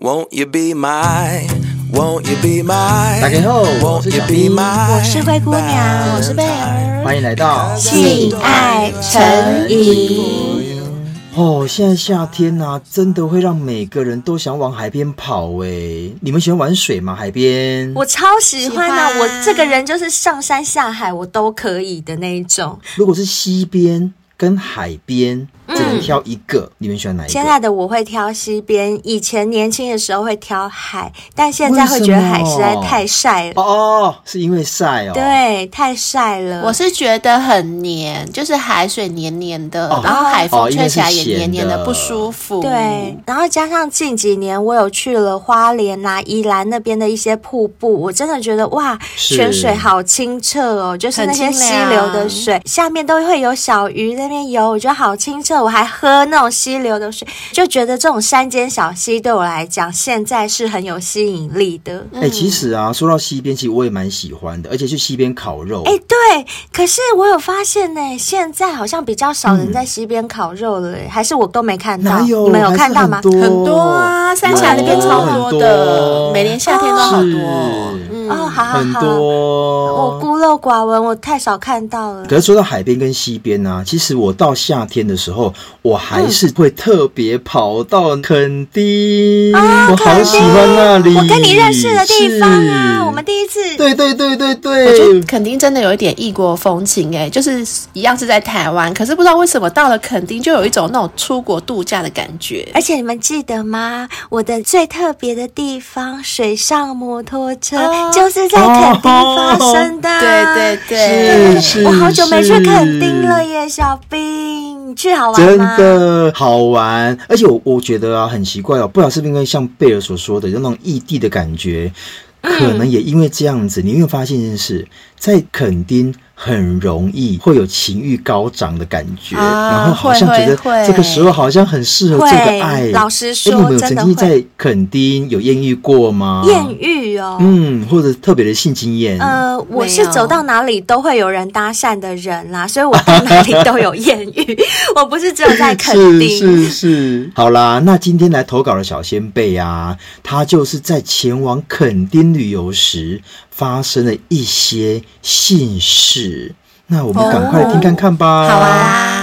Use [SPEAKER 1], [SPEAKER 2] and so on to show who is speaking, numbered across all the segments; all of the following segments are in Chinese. [SPEAKER 1] Won't you be my? Won't you be my?
[SPEAKER 2] 大家好我
[SPEAKER 1] Won't
[SPEAKER 2] 是
[SPEAKER 1] you
[SPEAKER 2] 小
[SPEAKER 1] be
[SPEAKER 2] 兵
[SPEAKER 1] my?
[SPEAKER 3] 我是灰姑娘，我是贝儿。
[SPEAKER 2] 欢迎来到
[SPEAKER 3] 性爱成瘾，
[SPEAKER 2] 哦！现在夏天呐、真的会让每个人都想往海边跑哎、你们喜欢玩水吗？海边？
[SPEAKER 4] 我超喜欢的、啊
[SPEAKER 3] 喜欢
[SPEAKER 4] 我这个人就是上山下海我都可以的那一种。
[SPEAKER 2] 如果是西边跟海边，
[SPEAKER 3] 嗯
[SPEAKER 2] 只能挑一个，你们喜欢哪一个？
[SPEAKER 4] 现在的我会挑西边，以前年轻的时候会挑海，但现在会觉得海实在太晒了，
[SPEAKER 2] 哦哦，是因为晒哦。。
[SPEAKER 4] 对，太晒了。
[SPEAKER 3] 我是觉得很黏，就是海水黏黏的，
[SPEAKER 2] 哦
[SPEAKER 3] 然后海
[SPEAKER 2] 哦
[SPEAKER 3] 风
[SPEAKER 2] 因为
[SPEAKER 3] 吹
[SPEAKER 2] 是
[SPEAKER 3] 起来也黏黏
[SPEAKER 2] 咸的哦
[SPEAKER 3] 的，不舒服。
[SPEAKER 4] 对，，
[SPEAKER 2] 嗯
[SPEAKER 4] 然后加上近几年我有去了花莲啊、宜兰那边的一些瀑布，我真的觉得哇，
[SPEAKER 2] 是
[SPEAKER 4] 泉水好清澈哦，就是那些
[SPEAKER 3] 很清
[SPEAKER 4] 溪
[SPEAKER 3] 凉
[SPEAKER 4] 流的水下面都会有小鱼在那边游，我觉得好清澈。我还喝那种溪流的水，就觉得这种山间小溪对我来讲现在是很有吸引力的。
[SPEAKER 2] 哎、其实啊，说到西边，其实我也蛮喜欢的，而且去西边烤肉。
[SPEAKER 4] 哎、对，可是我有发现呢、现在好像比较少人在溪边烤肉了、还是我都没看到？
[SPEAKER 2] 哪有？
[SPEAKER 4] 你们有
[SPEAKER 2] 还是
[SPEAKER 4] 看到吗
[SPEAKER 2] 很？多
[SPEAKER 3] 很多啊，三峡那边超多的，每年夏天都好多。
[SPEAKER 2] 是
[SPEAKER 3] 嗯，
[SPEAKER 4] 哦，好好好，
[SPEAKER 2] 很多。
[SPEAKER 4] 我孤陋寡闻，我太少看到了
[SPEAKER 2] 可。是说到海边跟西边呢、啊，其实我到夏天的时候，我还是会特别跑到垦丁，我好喜欢那里。
[SPEAKER 4] 哦我跟你认识的地方啊，
[SPEAKER 2] 是
[SPEAKER 4] 我们第一次
[SPEAKER 2] 对对对对
[SPEAKER 3] 我觉
[SPEAKER 2] 对
[SPEAKER 3] 得，垦丁真的有一点异国风情哎、就是一样是在台湾，可是不知道为什么到了垦丁就有一种那种出国度假的感觉。
[SPEAKER 4] 而且你们记得吗？我的最特别的地方，水上摩托车、
[SPEAKER 3] 哦
[SPEAKER 4] 就是在垦丁发生的。
[SPEAKER 3] 对对
[SPEAKER 2] 是
[SPEAKER 3] 对，
[SPEAKER 2] 是，
[SPEAKER 4] 我好久没去
[SPEAKER 2] 是
[SPEAKER 4] 垦丁了耶，小兵，你去好玩
[SPEAKER 2] 真
[SPEAKER 4] 吗？
[SPEAKER 2] 的好玩，而且我我觉得啊，很奇怪哦，不晓得是不是因为像贝尔所说的那种异地的感觉，可能也因为这样子，你有没有发现一件事，在垦丁很容易会有情欲高涨的感觉，
[SPEAKER 3] 啊
[SPEAKER 2] 然后好像觉
[SPEAKER 3] 会会
[SPEAKER 2] 得
[SPEAKER 3] 会
[SPEAKER 2] 这个时候好像很适合做个爱
[SPEAKER 4] 会。老实说
[SPEAKER 2] 哎你们有
[SPEAKER 4] 真
[SPEAKER 2] 曾
[SPEAKER 4] 的
[SPEAKER 2] 经
[SPEAKER 4] 会
[SPEAKER 2] 在垦丁有艳遇过吗？
[SPEAKER 4] 艳遇哦。
[SPEAKER 2] 嗯，或者特别的性经验，
[SPEAKER 4] 呃，我
[SPEAKER 3] 没
[SPEAKER 4] 是
[SPEAKER 3] 有
[SPEAKER 4] 走到哪里都会有人搭讪的人啦， 所以我到哪里都有艳遇， 我不是只有在垦丁。
[SPEAKER 2] 是是 是，好啦，那今天来投稿的小先辈啊，他就是在前往垦丁旅游时发生了一些姓事。那我们赶快来听看看吧。
[SPEAKER 3] 哦好。啊。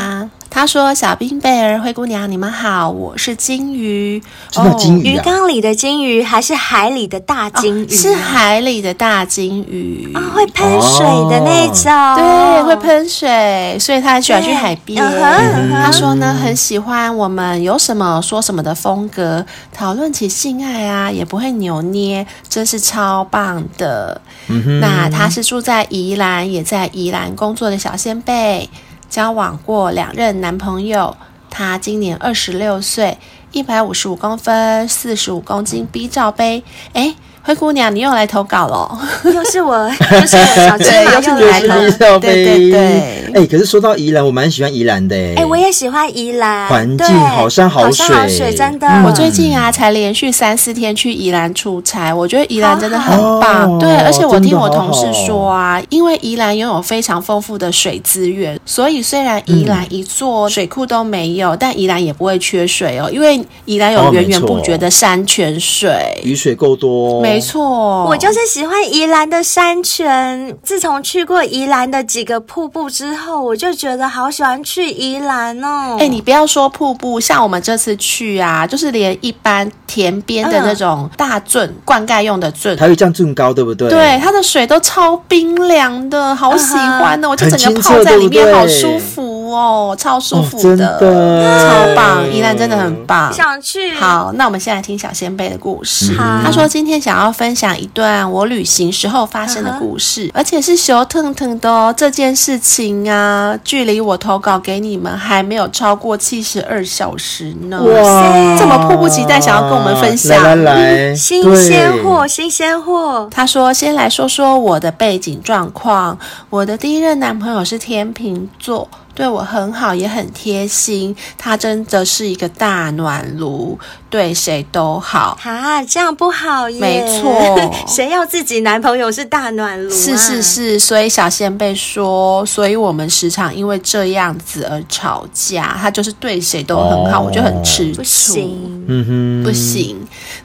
[SPEAKER 3] 他说：“小冰贝儿、灰姑娘，你们好，我是金鱼。
[SPEAKER 2] 真
[SPEAKER 3] 哦
[SPEAKER 2] 的金鱼
[SPEAKER 4] 鱼
[SPEAKER 2] 啊？
[SPEAKER 4] 缸里的金鱼还是海里的大金鱼？
[SPEAKER 3] 哦啊是海里的大金鱼
[SPEAKER 4] 啊，会喷水的那种，
[SPEAKER 3] 对，会。喷水，所以他很喜欢去
[SPEAKER 4] 对
[SPEAKER 3] 海边。
[SPEAKER 4] 哦嗯哼嗯
[SPEAKER 3] 他说呢，很喜欢我们有什么说什么的风格，讨论起性爱啊，也不会扭捏，真是超棒的。
[SPEAKER 4] 嗯
[SPEAKER 3] 那他是住在宜兰，也在宜兰工作的小先辈，交往过两任男朋友。他今年二十六岁，一百五十五公分，四十五公斤，B 罩杯。哎，灰姑娘，你又来投稿喽？
[SPEAKER 4] 又是我， 又是我小芝麻，
[SPEAKER 3] 对又是你来
[SPEAKER 4] 又
[SPEAKER 3] 了
[SPEAKER 4] 来
[SPEAKER 2] 是
[SPEAKER 4] 了。
[SPEAKER 2] 少杯
[SPEAKER 3] 对对对
[SPEAKER 2] 哎、可是说到宜兰，我蛮喜欢宜兰的、哎
[SPEAKER 4] 哎，我也喜欢宜兰，
[SPEAKER 2] 环境
[SPEAKER 4] 对
[SPEAKER 2] 好山好
[SPEAKER 4] 好
[SPEAKER 2] 水
[SPEAKER 4] 真的。
[SPEAKER 3] 我最近
[SPEAKER 2] 嗯
[SPEAKER 3] 啊，才连续三四天去宜兰出差，我觉得宜兰真的很棒。
[SPEAKER 2] 哦
[SPEAKER 3] 对，而且我
[SPEAKER 2] 真的
[SPEAKER 3] 听我
[SPEAKER 2] 好好哦
[SPEAKER 3] 同事说啊，因为宜兰拥有非常丰富的水资源，所以虽然
[SPEAKER 2] 嗯
[SPEAKER 3] 宜兰一座水库都没有，但宜兰也不会缺水哦，因为宜兰
[SPEAKER 2] 哦
[SPEAKER 3] 有
[SPEAKER 2] 没
[SPEAKER 3] 源源不
[SPEAKER 2] 错哦
[SPEAKER 3] 绝的山泉水。
[SPEAKER 2] 雨水够多，
[SPEAKER 3] 没。错，
[SPEAKER 4] 我就是喜欢宜兰的山泉。自从去过宜兰的几个瀑布之后，我就觉得好喜欢去宜兰哦。
[SPEAKER 3] 哎、你不要说瀑布，像我们这次去啊，就是连一般田边的
[SPEAKER 4] 嗯
[SPEAKER 3] 那种大圳、灌溉用的圳，
[SPEAKER 2] 台语酱最高，对不对？
[SPEAKER 3] 对，它的水都超冰凉的，好喜欢哦！我就
[SPEAKER 2] 啊很
[SPEAKER 3] 整
[SPEAKER 2] 清
[SPEAKER 3] 个
[SPEAKER 2] 澈
[SPEAKER 3] 泡在里面，
[SPEAKER 2] 对不对
[SPEAKER 3] 好舒服哦，超舒
[SPEAKER 2] 哦，
[SPEAKER 3] 服
[SPEAKER 2] 真的
[SPEAKER 3] 超棒！宜兰真的很棒。
[SPEAKER 4] 想去。
[SPEAKER 3] 好，那我们现在听小先辈的故
[SPEAKER 2] 嗯
[SPEAKER 3] 事。
[SPEAKER 4] 好
[SPEAKER 3] 他说今天想要分享一段我旅行时候发生的故
[SPEAKER 2] 啊
[SPEAKER 3] 事，而且是熊腾腾的哦。这件事情啊，距离我投稿给你们还没有超过七十二小时呢。
[SPEAKER 2] 哇！
[SPEAKER 3] 这么迫不及待想要跟我们分享嗯
[SPEAKER 2] 来来来，
[SPEAKER 4] 新鲜货，新鲜货。
[SPEAKER 3] 他说：“先来说说我的背景状况。我的第一任男朋友是天秤座，对我很好，也很贴心。他真的是一个大暖炉，对谁都好。
[SPEAKER 4] 啊，这样不好耶！
[SPEAKER 3] 没错
[SPEAKER 4] 谁要自己男朋友是大暖炉、啊？
[SPEAKER 3] 是是，是，所以小仙贝说，所以我们时常因为这样子而吵架。他就是对谁都很好，
[SPEAKER 2] 哦
[SPEAKER 3] 我就很吃醋，
[SPEAKER 4] 不行。
[SPEAKER 2] 嗯哼，
[SPEAKER 3] 不行。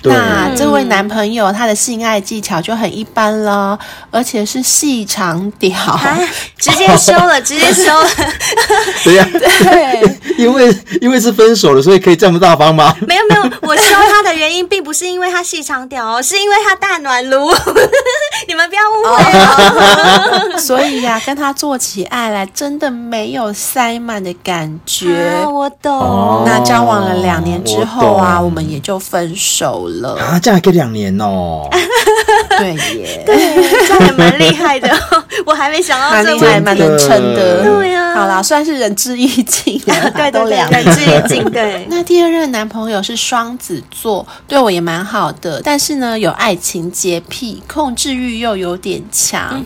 [SPEAKER 2] 对
[SPEAKER 3] 那这位男朋友他的性爱技巧就很一般了，而且是细长屌。
[SPEAKER 4] 啊！直接收了，直接收了，
[SPEAKER 2] 对 呀，
[SPEAKER 3] 对，
[SPEAKER 2] 因为因为是分手了，所以可以这么大方吗？
[SPEAKER 4] 没有没有，我收他的原因并不是因为他细长屌哦，是因为他大暖炉。 你们不要误会哦。
[SPEAKER 3] 所以呀、跟他做起爱来真的没有塞满的感觉
[SPEAKER 4] 啊，。我懂。
[SPEAKER 2] 哦
[SPEAKER 3] 那交往了两年之后啊，
[SPEAKER 2] 我懂
[SPEAKER 3] 我们也就分手了。
[SPEAKER 2] 啊，这样还可以两年 哦，
[SPEAKER 3] 对耶，
[SPEAKER 4] 对，这样也蛮厉害的哦、我还没想到
[SPEAKER 3] 蛮
[SPEAKER 4] 这
[SPEAKER 3] 厉害，
[SPEAKER 4] 问
[SPEAKER 3] 蛮
[SPEAKER 4] 题。
[SPEAKER 3] 能撑的。
[SPEAKER 4] 对啊
[SPEAKER 3] 好啦，算是人之一尽啊，
[SPEAKER 4] 对
[SPEAKER 3] 都
[SPEAKER 4] 对
[SPEAKER 3] 两
[SPEAKER 4] 对，
[SPEAKER 3] 年
[SPEAKER 4] 忍之以尽，对。
[SPEAKER 3] 那第二任男朋友是双子座，对我也蛮好的，但是呢，有爱情洁癖，控制欲又有点
[SPEAKER 4] 嗯
[SPEAKER 3] 强，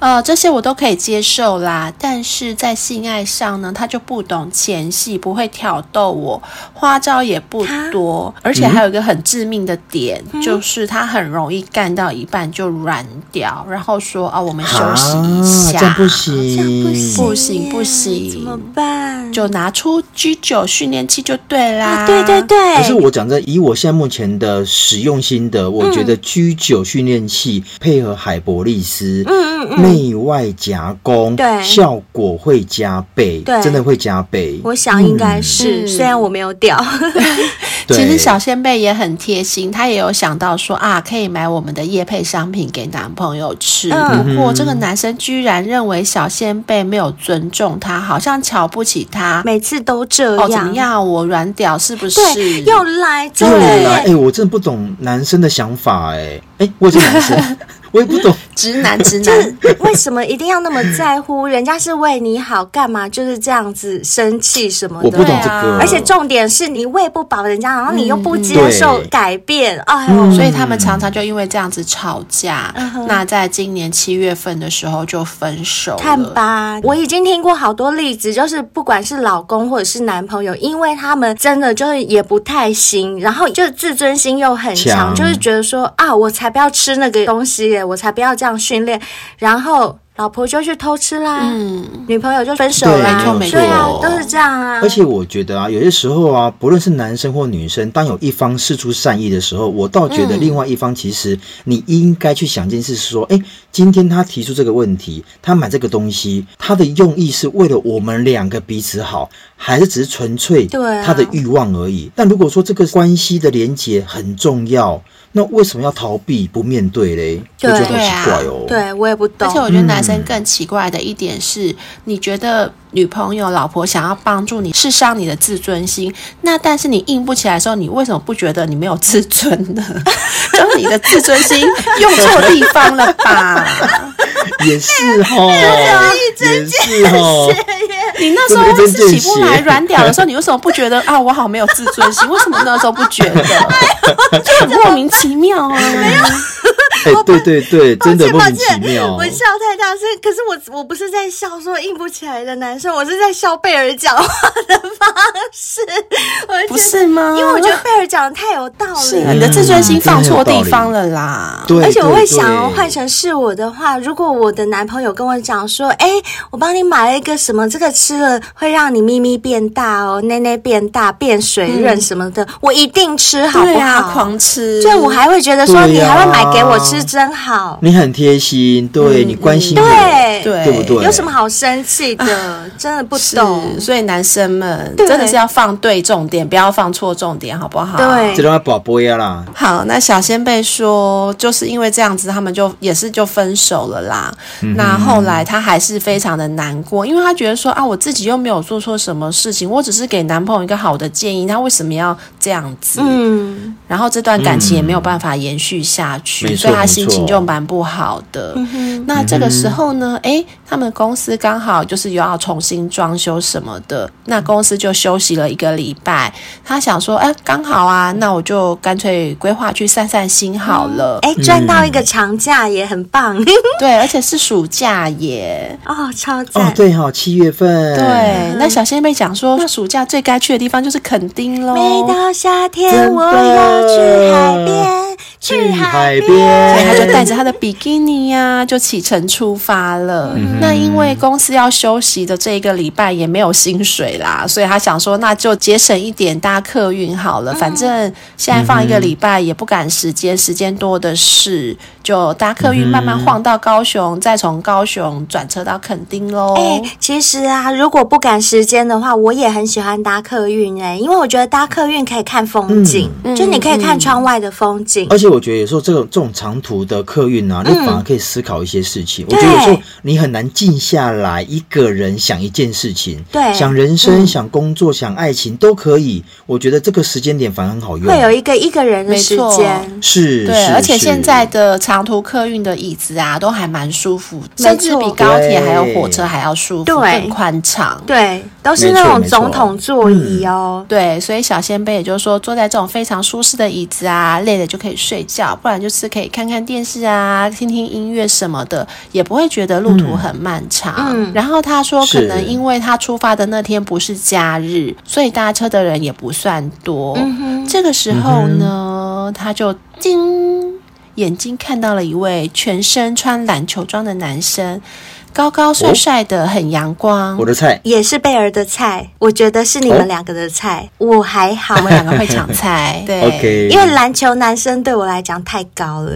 [SPEAKER 3] 呃，这些我都可以接受啦。但是在性爱上呢，他就不懂前戏，不会挑逗我，花招也不多，而且还有一个很致命的点，
[SPEAKER 4] 嗯
[SPEAKER 3] 就是他很容易干到一半就软掉，然后说啊，我们休
[SPEAKER 2] 啊
[SPEAKER 3] 息一下，
[SPEAKER 2] 这样不
[SPEAKER 4] 这样
[SPEAKER 2] 行，
[SPEAKER 3] 不行
[SPEAKER 4] 耶
[SPEAKER 3] 不行
[SPEAKER 4] 怎么办？
[SPEAKER 3] 就拿出 G 九训练器就对啦。
[SPEAKER 4] 啊，对对对，
[SPEAKER 2] 可是我讲真，以我现在目前的使用心得，我觉
[SPEAKER 4] 嗯
[SPEAKER 2] 得 G 九训练器配合海博利斯，
[SPEAKER 4] 嗯嗯嗯，
[SPEAKER 2] 内外夹攻，
[SPEAKER 4] 对
[SPEAKER 2] 效果会加倍，
[SPEAKER 4] 对
[SPEAKER 2] 真的会加倍。
[SPEAKER 4] 我想应该是，
[SPEAKER 3] 嗯
[SPEAKER 4] 虽然我没有掉，
[SPEAKER 2] 对
[SPEAKER 3] 其实小仙贝也很贴心，她也有想到说啊，可以买我们的夜配商品给男朋友吃。
[SPEAKER 4] 嗯
[SPEAKER 3] 不过这个男生居然认为小仙贝没有尊重他，好像瞧不起他。
[SPEAKER 4] 每次都这
[SPEAKER 3] 哦，怎
[SPEAKER 4] 样。
[SPEAKER 3] 么样？我软屌是不是？
[SPEAKER 4] 对，又来，真
[SPEAKER 2] 又
[SPEAKER 4] 的
[SPEAKER 2] 来，哎、
[SPEAKER 4] 耶，
[SPEAKER 2] 我真的不懂男生的想法、哎，哎，我也是男 生，我也不懂。
[SPEAKER 3] 直男，直
[SPEAKER 4] 就
[SPEAKER 3] 男
[SPEAKER 4] 是。为什么一定要那么在乎？ 人家是为你好，干嘛就是这样子生气什么
[SPEAKER 2] 我不
[SPEAKER 4] 的？
[SPEAKER 2] 懂这个，
[SPEAKER 4] 啊而且重点是你喂不饱人家，然后你又不接
[SPEAKER 2] 嗯对
[SPEAKER 4] 受改变，哎
[SPEAKER 2] 嗯
[SPEAKER 4] 呦，
[SPEAKER 3] 所以他们常常就因为这样子吵架。
[SPEAKER 4] 嗯
[SPEAKER 3] 那在今年七月份的时候就分手
[SPEAKER 4] 看
[SPEAKER 3] 了。
[SPEAKER 4] 吧，我已经听过好多例子，就是不管是老公或者是男朋友，因为他们真的就是也不太行，然后就是自尊心又很
[SPEAKER 2] 强
[SPEAKER 4] 强，就是觉得说啊，我才不要吃那个东西耶，我才不要这样训练，然后老婆就去偷吃啦，
[SPEAKER 3] 嗯，
[SPEAKER 4] 女朋友就分手啦，
[SPEAKER 3] 对没错
[SPEAKER 4] 对啊
[SPEAKER 3] 没，错
[SPEAKER 4] 都是这样啊。
[SPEAKER 2] 而且我觉得啊，有些时候啊，不论是男生或女生，当有一方示出善意的时候，我倒
[SPEAKER 4] 嗯
[SPEAKER 2] 觉得另外一方其实你应该去想一件事，是说，哎、今天他提出这个问题，他买这个东西，他的用意是为了我们两个彼此好，还是只是纯粹
[SPEAKER 4] 对啊
[SPEAKER 2] 他的欲望而已？但如果说这个关系的连结很重要，那为什么要逃避不面对嘞？
[SPEAKER 4] 对啊
[SPEAKER 2] 我觉得好奇怪哦。
[SPEAKER 4] 对啊我也不懂
[SPEAKER 3] 而且，我觉得男生更奇怪的一点是，你觉得女朋友、老婆想要帮助你，是伤你的自尊心。那但是你硬不起来的时候，你为什么不觉得你没有自尊呢？ 就是你的自尊心用错地方了吧？
[SPEAKER 2] 也是 哈，
[SPEAKER 4] 啊
[SPEAKER 2] 也是哦哈。
[SPEAKER 3] 你那时候是起不来软屌的时候，你为什么不觉得啊，我好没有自尊心？为什么那时候不觉得？ 就很莫名其妙啊！
[SPEAKER 2] 哎、对对对，真的
[SPEAKER 4] 抱
[SPEAKER 2] 莫
[SPEAKER 4] 歉
[SPEAKER 2] 名其妙。
[SPEAKER 4] 我笑太大声，可是我我不是在笑说硬不起来的男生，我是在笑贝尔讲话的方式，我就
[SPEAKER 3] 不
[SPEAKER 4] 觉得
[SPEAKER 3] 是吗？
[SPEAKER 4] 因为我觉得贝尔讲的太有道
[SPEAKER 3] 嗯是
[SPEAKER 4] 理
[SPEAKER 3] 你
[SPEAKER 4] 了。
[SPEAKER 3] 的自尊心放错地方了啦。
[SPEAKER 2] 对，
[SPEAKER 4] 而且我会
[SPEAKER 2] 对
[SPEAKER 4] 想哦，
[SPEAKER 2] 对
[SPEAKER 4] 换成是我的话，如果我的男朋友跟我讲说，哎，我帮你买了一个什么，这个吃了会让你咪咪变大哦，内内变大，变水润什么的，我一定吃，好
[SPEAKER 3] 嗯对
[SPEAKER 4] 不
[SPEAKER 3] 啊，
[SPEAKER 4] 好？
[SPEAKER 3] 狂吃。
[SPEAKER 4] 所以我还会觉得说，
[SPEAKER 2] 对
[SPEAKER 4] 你
[SPEAKER 2] 呀
[SPEAKER 4] 还会买给我吃，真好。
[SPEAKER 2] 你很贴心，对、你关心我，
[SPEAKER 4] 嗯对
[SPEAKER 3] 对啊
[SPEAKER 2] 对不对？
[SPEAKER 4] 有什么好生气 的？真的不
[SPEAKER 3] 是
[SPEAKER 4] 懂，。
[SPEAKER 3] 所以男生们
[SPEAKER 4] 对
[SPEAKER 3] 真的是要放对重点，不要放错重点，好不好？
[SPEAKER 4] 对
[SPEAKER 2] 这都要宝贝呀啦。
[SPEAKER 3] 好，那小仙贝说，就是因为这样子，他们就也是就分手了啦。那后来她还是非常的难过，因为她觉得说啊，我自己又没有做错什么事情，我只是给男朋友一个好的建议，他为什么要这样子，
[SPEAKER 4] 嗯，
[SPEAKER 3] 然后这段感情也没有办法延续下去，
[SPEAKER 2] 嗯没错
[SPEAKER 3] 所以他心
[SPEAKER 2] 没
[SPEAKER 3] 情
[SPEAKER 2] 错
[SPEAKER 3] 就蛮不好的。那这个时候呢，诶，他们公司刚好就是又要重新装修什么的，那公司就休息了一个礼拜。他想说，哎、刚好啊，那我就干脆规划去散散心好了。
[SPEAKER 2] 嗯
[SPEAKER 4] 哎，赚到一
[SPEAKER 3] 嗯
[SPEAKER 4] 个长假也很棒
[SPEAKER 3] 对，而且是暑假耶。
[SPEAKER 4] 哦，超
[SPEAKER 2] 哦
[SPEAKER 4] 赞，！
[SPEAKER 2] 对哈、七月份，
[SPEAKER 3] 对，那小仙妹讲说，那暑假最该去的地方就是垦丁喽。
[SPEAKER 4] 每到夏天，
[SPEAKER 2] 真的
[SPEAKER 4] 我要去海边，
[SPEAKER 2] 去
[SPEAKER 4] 去
[SPEAKER 2] 海
[SPEAKER 4] 海
[SPEAKER 3] 所以
[SPEAKER 2] 边
[SPEAKER 4] 边。
[SPEAKER 3] 他就带着他的比基尼呀、就启程出发了。
[SPEAKER 4] 嗯
[SPEAKER 3] 那因为公司要休息的这一个礼拜也没有薪水啦，所以他想说，那就节省一点搭客运好
[SPEAKER 4] 嗯
[SPEAKER 3] 了。反正现在放一个礼拜也不赶时间，时间多的是，就搭客运慢慢晃到高雄，再从高雄转车到垦丁喽。
[SPEAKER 4] 哎、其实啊，如果不赶时间的话，我也很喜欢搭客运哎、因为我觉得搭客运可以看风景，
[SPEAKER 3] 嗯
[SPEAKER 4] 就你可以看窗外的风景。
[SPEAKER 2] 而且我觉得有时候这种这种长途的客运
[SPEAKER 4] 嗯
[SPEAKER 2] 啊，你反而可以思考一些事情。我觉得有时候你很难静下来一个人想一件事情，
[SPEAKER 4] 对嗯
[SPEAKER 2] 想人生、想工作、想爱情都可以。我觉得这个时间点反而很好用。
[SPEAKER 4] 会有一个一个人的
[SPEAKER 3] 没
[SPEAKER 4] 时
[SPEAKER 3] 错
[SPEAKER 4] 间，
[SPEAKER 2] 是，
[SPEAKER 3] 对，
[SPEAKER 2] 是
[SPEAKER 3] 而且
[SPEAKER 2] 是
[SPEAKER 3] 现在的长途客运的椅子啊，都还蛮舒服，甚至
[SPEAKER 4] 没
[SPEAKER 3] 比
[SPEAKER 4] 错
[SPEAKER 3] 高铁还有
[SPEAKER 2] 对
[SPEAKER 3] 火车还要舒服，
[SPEAKER 4] 对
[SPEAKER 3] 更宽敞。
[SPEAKER 4] 对，都是
[SPEAKER 2] 没错
[SPEAKER 4] 那种
[SPEAKER 2] 没错
[SPEAKER 4] 总统座椅哦。
[SPEAKER 3] 对，所以小仙贝也就是说，坐在这种非常舒适的椅子啊，累了就可以睡觉，不然就是可以看看电视啊，听听音乐什么的，也不会觉得路途很漫长。
[SPEAKER 4] 嗯
[SPEAKER 3] 然后他说，可
[SPEAKER 2] 是
[SPEAKER 3] 能因为他出发的那天不是假日，所以搭车的人也不算多。这个时候
[SPEAKER 2] 嗯
[SPEAKER 3] 呢，他就叮。眼睛看到了一位全身穿篮球装的男生，高高帅
[SPEAKER 2] 哦
[SPEAKER 3] 帅的，很阳光。
[SPEAKER 2] 我的菜。
[SPEAKER 4] 也是贝儿的菜，我觉得是你
[SPEAKER 2] 哦
[SPEAKER 4] 们两个的菜，
[SPEAKER 3] 哦
[SPEAKER 4] 我还好
[SPEAKER 3] 我，们两个会抢菜，对
[SPEAKER 2] OK，
[SPEAKER 4] 因为篮球男生对我来讲太高了。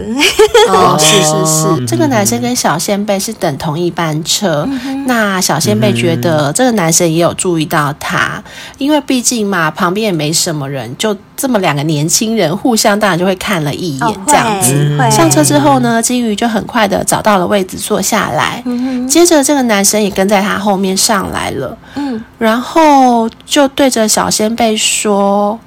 [SPEAKER 3] 哦，是是是，这个男生跟小仙贝是等同一班车。
[SPEAKER 4] 嗯
[SPEAKER 3] 那小仙贝觉得这个男生也有注意到他，因为毕竟嘛，旁边也没什么人，就这么两个年轻人互相当然就会看了一
[SPEAKER 4] 哦
[SPEAKER 3] 眼，这样子。
[SPEAKER 4] 会会
[SPEAKER 3] 上车之后呢，金鱼就很快的找到了位置坐下来，
[SPEAKER 4] 嗯
[SPEAKER 3] 接着这个男生也跟在他后面上来了，
[SPEAKER 4] 嗯，
[SPEAKER 3] 然后就对着小仙贝说：“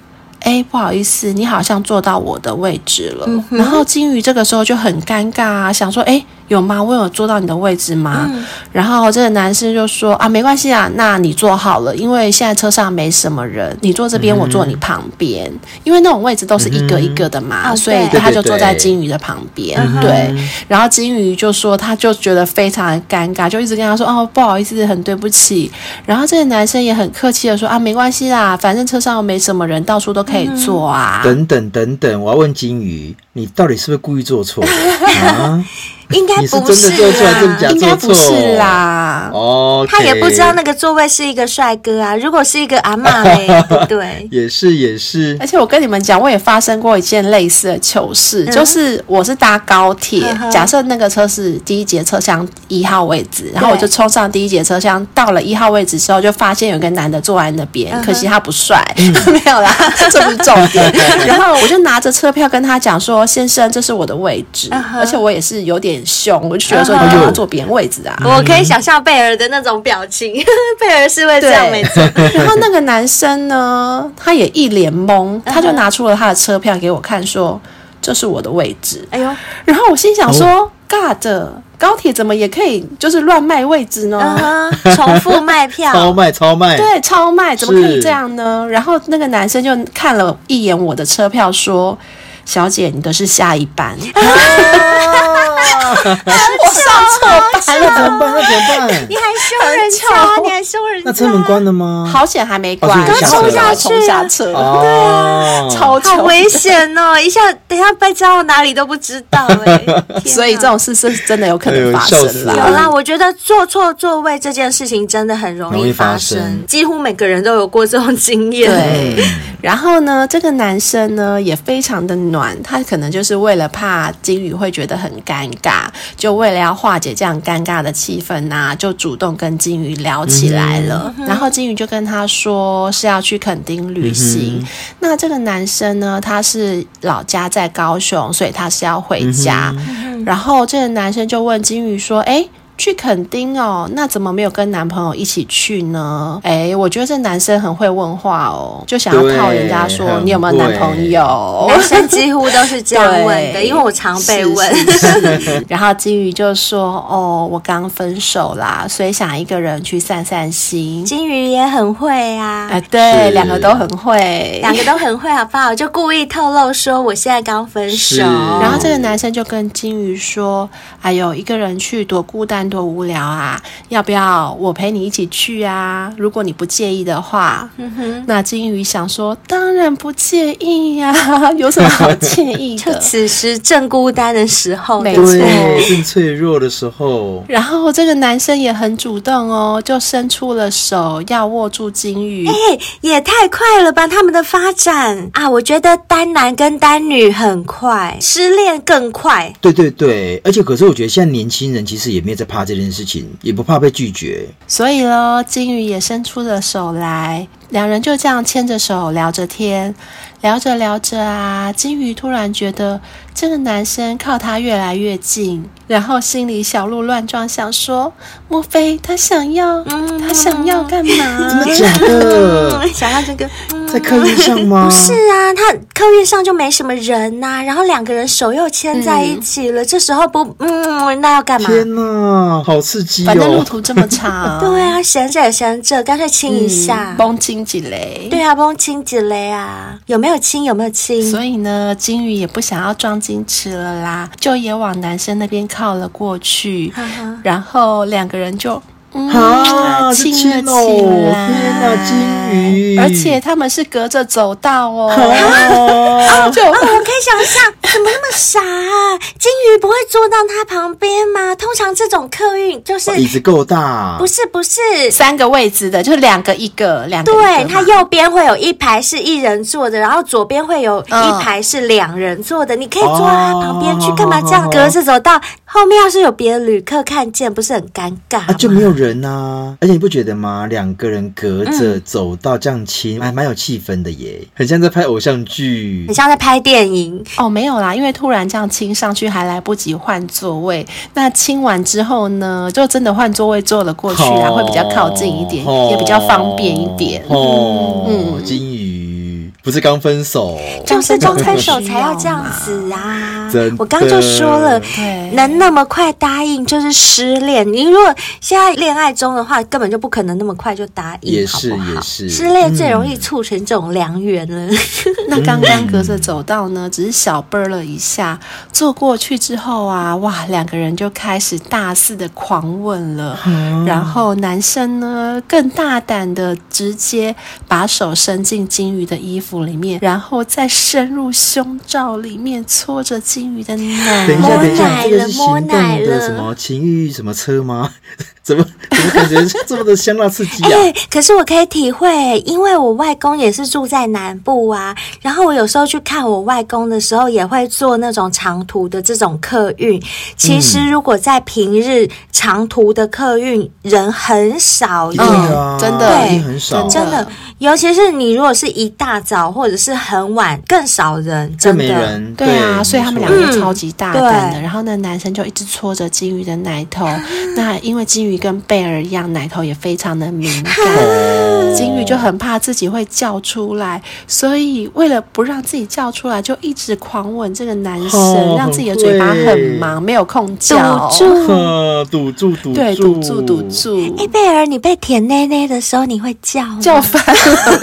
[SPEAKER 3] 哎，不好意思，你好像坐到我的位置了。
[SPEAKER 4] 嗯
[SPEAKER 3] 然后金鱼这个时候就很尴尬啊，想说：“哎，有吗？我有坐到你的位置吗？”
[SPEAKER 4] 嗯
[SPEAKER 3] 然后这个男生就说：“啊，没关系啊，那你坐好了，因为现在车上没什么人，你坐这边，我坐你旁边，因为那种位置都是一个一个的嘛，
[SPEAKER 4] 哦
[SPEAKER 3] 所以
[SPEAKER 4] 对嗯
[SPEAKER 3] 他就
[SPEAKER 2] 嗯对对
[SPEAKER 3] 坐在
[SPEAKER 2] 对
[SPEAKER 3] 金鱼的旁边。对，然后金鱼就说，他就觉得非常的尴尬，就一直跟他说：“哦，不好意思，很对不起。”然后这个男生也很客气的说：“啊，没关系啦，反正车上又没什么人，到处都可以坐啊。
[SPEAKER 2] 等等等等，我要问金鱼，你到底是不是故意做错 啊？
[SPEAKER 4] 应该
[SPEAKER 2] 你是
[SPEAKER 4] 不
[SPEAKER 2] 真的做错还是
[SPEAKER 4] 啦
[SPEAKER 2] 假
[SPEAKER 3] 应该
[SPEAKER 2] 做错？
[SPEAKER 3] 不是啦。
[SPEAKER 2] 哦，
[SPEAKER 4] 他也不知道那个座位是一个帅哥啊。如果是一个阿嬷嘞，对不对？
[SPEAKER 2] 也是也是
[SPEAKER 3] 而，且我跟你们讲，我也发生过一件类似的糗事，就是我是搭高铁，
[SPEAKER 4] 嗯嗯哼
[SPEAKER 3] 假设那个车是第一节车厢一号位置，然后我就冲上第一节车厢，到了一号位置之后，就发现有个男的坐在那
[SPEAKER 4] 嗯
[SPEAKER 3] 边，可惜他不帅， 没有啦，这不是重 点。然后我就拿着车票跟他讲说：“先生，这是我的位置。
[SPEAKER 4] 嗯
[SPEAKER 3] 而且我也是有点凶，我就觉得说：“你干
[SPEAKER 4] 哎
[SPEAKER 3] 嘛坐别人位置啊？”
[SPEAKER 4] 我可以想象贝尔的那种表情， 贝尔 是会这样，
[SPEAKER 3] 对
[SPEAKER 4] 没错。
[SPEAKER 3] 然后那个男生呢，他也一脸懵，
[SPEAKER 4] 嗯
[SPEAKER 3] 他就拿出了他的车票给我看，说：“这是我的位置。
[SPEAKER 4] 哎呦，”
[SPEAKER 3] 然后我心想说：“God，高铁怎么也可以就是乱卖位置呢？”
[SPEAKER 4] 嗯哼，重复卖
[SPEAKER 2] 超
[SPEAKER 4] 票，
[SPEAKER 2] 卖超卖，
[SPEAKER 3] 对，超卖怎么可以
[SPEAKER 2] 是
[SPEAKER 3] 这样呢？然后那个男生就看了一眼我的车票，说：“小姐，你的是下一班。”
[SPEAKER 4] 哦
[SPEAKER 3] 我上错班
[SPEAKER 2] 那怎
[SPEAKER 3] 了，
[SPEAKER 2] 么办？那怎么办
[SPEAKER 4] 你？还凶人
[SPEAKER 3] 很
[SPEAKER 4] 家，
[SPEAKER 3] 臭
[SPEAKER 4] 你还凶人家，
[SPEAKER 2] 那车门关了吗？
[SPEAKER 3] 好险还没
[SPEAKER 2] 哦
[SPEAKER 3] 关，
[SPEAKER 2] 所以你下车了
[SPEAKER 3] 要冲下车，
[SPEAKER 2] 哦，
[SPEAKER 3] 啊超糗
[SPEAKER 4] 好危险哦！一下等一下被抓到哪里都不知道哎、天
[SPEAKER 3] 所以
[SPEAKER 4] 哪
[SPEAKER 3] 这种事是真的有可
[SPEAKER 2] 哎
[SPEAKER 3] 能
[SPEAKER 2] 呦
[SPEAKER 3] 发
[SPEAKER 2] 笑
[SPEAKER 3] 生
[SPEAKER 2] 死
[SPEAKER 3] 啦。
[SPEAKER 2] 了
[SPEAKER 4] 有啦，我觉得坐错座位这件事情真的很容
[SPEAKER 2] 容
[SPEAKER 4] 易
[SPEAKER 2] 易发
[SPEAKER 4] 发生，
[SPEAKER 2] 生
[SPEAKER 4] 几乎每个人都有过这种经验。
[SPEAKER 3] 对，
[SPEAKER 2] 哎
[SPEAKER 3] 然后呢，这个男生呢也非常的暖，他可能就是为了怕金鱼会觉得很尴尬，就为了要化解这样尴尬的气氛呐、就主动跟金鱼聊起来了。然后金鱼就跟他说是要去垦丁旅行。那这个男生呢，他是老家在高雄，所以他是要回家。然后这个男生就问金鱼说：“哎。”去垦丁哦，那怎么没有跟男朋友一起去呢？哎，我觉得这男生很会问话哦，就想要套人家说
[SPEAKER 2] 对
[SPEAKER 3] 你有没有男朋友。
[SPEAKER 4] 男生几乎都是这样问的，
[SPEAKER 3] 对
[SPEAKER 4] 因为我常被问。
[SPEAKER 3] 是是 是然后金鱼就说：“哦，我刚分手啦，所以想一个人去散散心。
[SPEAKER 4] 金鱼也很会啊”，
[SPEAKER 3] 啊，对，
[SPEAKER 2] 是
[SPEAKER 3] 两个都很会。
[SPEAKER 4] 两个都很会，好不好？就故意透露说我现在刚分
[SPEAKER 2] 是
[SPEAKER 4] 手，
[SPEAKER 3] 然后这个男生就跟金鱼说：“哎呦，一个人去多孤单，多无聊啊！要不要我陪你一起去啊？如果你不介意的话。
[SPEAKER 4] 嗯
[SPEAKER 3] 那金鱼想说：“当然不介意呀、 有什么好介意
[SPEAKER 4] 就
[SPEAKER 3] 的？”
[SPEAKER 4] 此时正孤单的时候，
[SPEAKER 3] 没错
[SPEAKER 2] 对，正脆弱的时候，
[SPEAKER 3] 然后这个男生也很主动哦，就伸出了手要握住金鱼。
[SPEAKER 4] 哎，也太快了吧！他们的发展啊，我觉得单男跟单女很快，失恋更快。
[SPEAKER 2] 对对对，而且可是我觉得现在年轻人其实也没有在怕这件事情，也不怕被拒绝，
[SPEAKER 3] 所以咯，金鱼也伸出了手来，两人就这样牵着手聊着天，聊着聊着啊，金鱼突然觉得这个男生靠他越来越近，然后心里小鹿乱撞，想说：莫非他想要？他想要干嘛？
[SPEAKER 2] 嗯 真的假的？
[SPEAKER 4] 想要这个，嗯
[SPEAKER 2] 在客运上吗？
[SPEAKER 4] 是啊，他客运上就没什么人呐、然后两个人手又牵在一起了，这时候不，嗯，那要干嘛？
[SPEAKER 2] 天哪，好刺激
[SPEAKER 3] 反正路
[SPEAKER 2] 哦！
[SPEAKER 3] 途这么 长，
[SPEAKER 4] 对啊，闲着也闲着，干脆亲一下。
[SPEAKER 3] 崩清几雷。
[SPEAKER 4] 对啊，帮亲几嘞啊？有没有亲？有没有
[SPEAKER 2] 嗯
[SPEAKER 4] 亲？
[SPEAKER 3] 所以呢，金鱼也不想要装矜持了啦，就也往男生那边靠了过去，然后两个人就。嗯
[SPEAKER 2] 啊
[SPEAKER 3] 亲
[SPEAKER 2] 这
[SPEAKER 3] 了
[SPEAKER 2] 亲哦
[SPEAKER 3] 起来
[SPEAKER 2] 天哪金鱼
[SPEAKER 3] 而且他们是隔着走道 哦，
[SPEAKER 2] 哦，
[SPEAKER 3] 就
[SPEAKER 4] 哦，我可以想象，怎么那么傻、啊？金鱼不会坐到他旁边吗？通常这种客运就是
[SPEAKER 2] 椅子够大
[SPEAKER 4] 不，是不是，
[SPEAKER 3] 三个位置的，就是两个一个，两个一个
[SPEAKER 4] 对，
[SPEAKER 3] 嘛
[SPEAKER 4] 它右边会有一排是一人坐的，然后左边会有一排是两人坐的。你可以坐到他旁边去，
[SPEAKER 2] 嗯哦
[SPEAKER 4] 干嘛这样隔着走到后面？要是有别的旅客看见，不是很尴尬吗？
[SPEAKER 2] 啊，就没有人呐、而且你不觉得吗？两个人隔着
[SPEAKER 3] 嗯
[SPEAKER 2] 走到这样亲，还蛮有气氛的耶，很像在拍偶像剧
[SPEAKER 4] 很。像在拍电影，
[SPEAKER 3] 哦，没有啦，因为突然这样亲上去还来不及换座位。那亲完之后呢，就真的换座位坐了过去啦，会比较靠近一点，
[SPEAKER 2] 哦
[SPEAKER 3] 也比较方便一点。
[SPEAKER 2] 哦，
[SPEAKER 3] 嗯啊
[SPEAKER 2] 金鱼不是刚分手，
[SPEAKER 4] 就是刚分手
[SPEAKER 3] 需
[SPEAKER 4] 才要
[SPEAKER 3] 嘛
[SPEAKER 4] 这样子啊
[SPEAKER 2] 真的！
[SPEAKER 4] 我刚就说了，
[SPEAKER 3] 对
[SPEAKER 4] 能那么快答应就是失恋。你如果现在恋爱中的话，根本就不可能那么快就答应，
[SPEAKER 2] 也是
[SPEAKER 4] 好不好
[SPEAKER 2] 也是嗯
[SPEAKER 4] 失恋最容易促成这种良缘了。
[SPEAKER 3] 那刚刚隔着走道呢，只是小啵了一下，坐过去之后啊，哇，两个人就开始大肆的狂吻了。然后男生呢，更大胆的直接把手伸进金鱼的衣服里面，然后再深入胸罩里面搓着金鱼的奶。
[SPEAKER 2] 等一下，
[SPEAKER 4] 摸
[SPEAKER 2] 等一下，
[SPEAKER 4] 奶
[SPEAKER 2] 这个
[SPEAKER 4] 了
[SPEAKER 2] 是
[SPEAKER 4] 摸
[SPEAKER 2] 行
[SPEAKER 4] 奶
[SPEAKER 2] 动的
[SPEAKER 4] 了
[SPEAKER 2] 什么情欲什么车吗？ 怎么怎么感觉是这么的香辣刺激啊？
[SPEAKER 4] 哎、可是我可以体会，因为我外公也是住在南部啊。然后我有时候去看我外公的时候，也会坐那种长途的这种客运。
[SPEAKER 2] 嗯
[SPEAKER 4] 其实如果在平日长途的客运人很 少，哦
[SPEAKER 2] 一定
[SPEAKER 3] 嗯
[SPEAKER 2] 的啊，
[SPEAKER 3] 真的
[SPEAKER 2] 一定很少，
[SPEAKER 4] 真的，尤其是你如果是一大早或者是很晚，更少人，
[SPEAKER 2] 更
[SPEAKER 4] 真
[SPEAKER 2] 没
[SPEAKER 4] 的。
[SPEAKER 2] 人。
[SPEAKER 3] 对啊，
[SPEAKER 2] 没
[SPEAKER 3] 所以他们
[SPEAKER 2] 错
[SPEAKER 3] 两个就超级大胆
[SPEAKER 2] 嗯
[SPEAKER 3] 的。
[SPEAKER 4] 对
[SPEAKER 3] 然后呢，男生就一直搓着金鱼的奶头。那因为金鱼跟贝儿一样，奶头也非常的敏
[SPEAKER 2] 嗯
[SPEAKER 3] 感，金鱼就很怕自己会叫出来，所以为了不让自己叫出来，就一直狂吻这个男生，
[SPEAKER 2] 哦
[SPEAKER 3] 让自己的嘴巴
[SPEAKER 2] 很
[SPEAKER 3] 很
[SPEAKER 2] 会
[SPEAKER 3] 忙，没有空
[SPEAKER 4] 堵
[SPEAKER 3] 叫。
[SPEAKER 4] 住，
[SPEAKER 2] 呵，堵住，堵住，
[SPEAKER 3] 对，堵住，堵。住
[SPEAKER 4] 哎、，贝尔，你被舔内内的时候，你会叫吗？
[SPEAKER 3] 叫翻 了。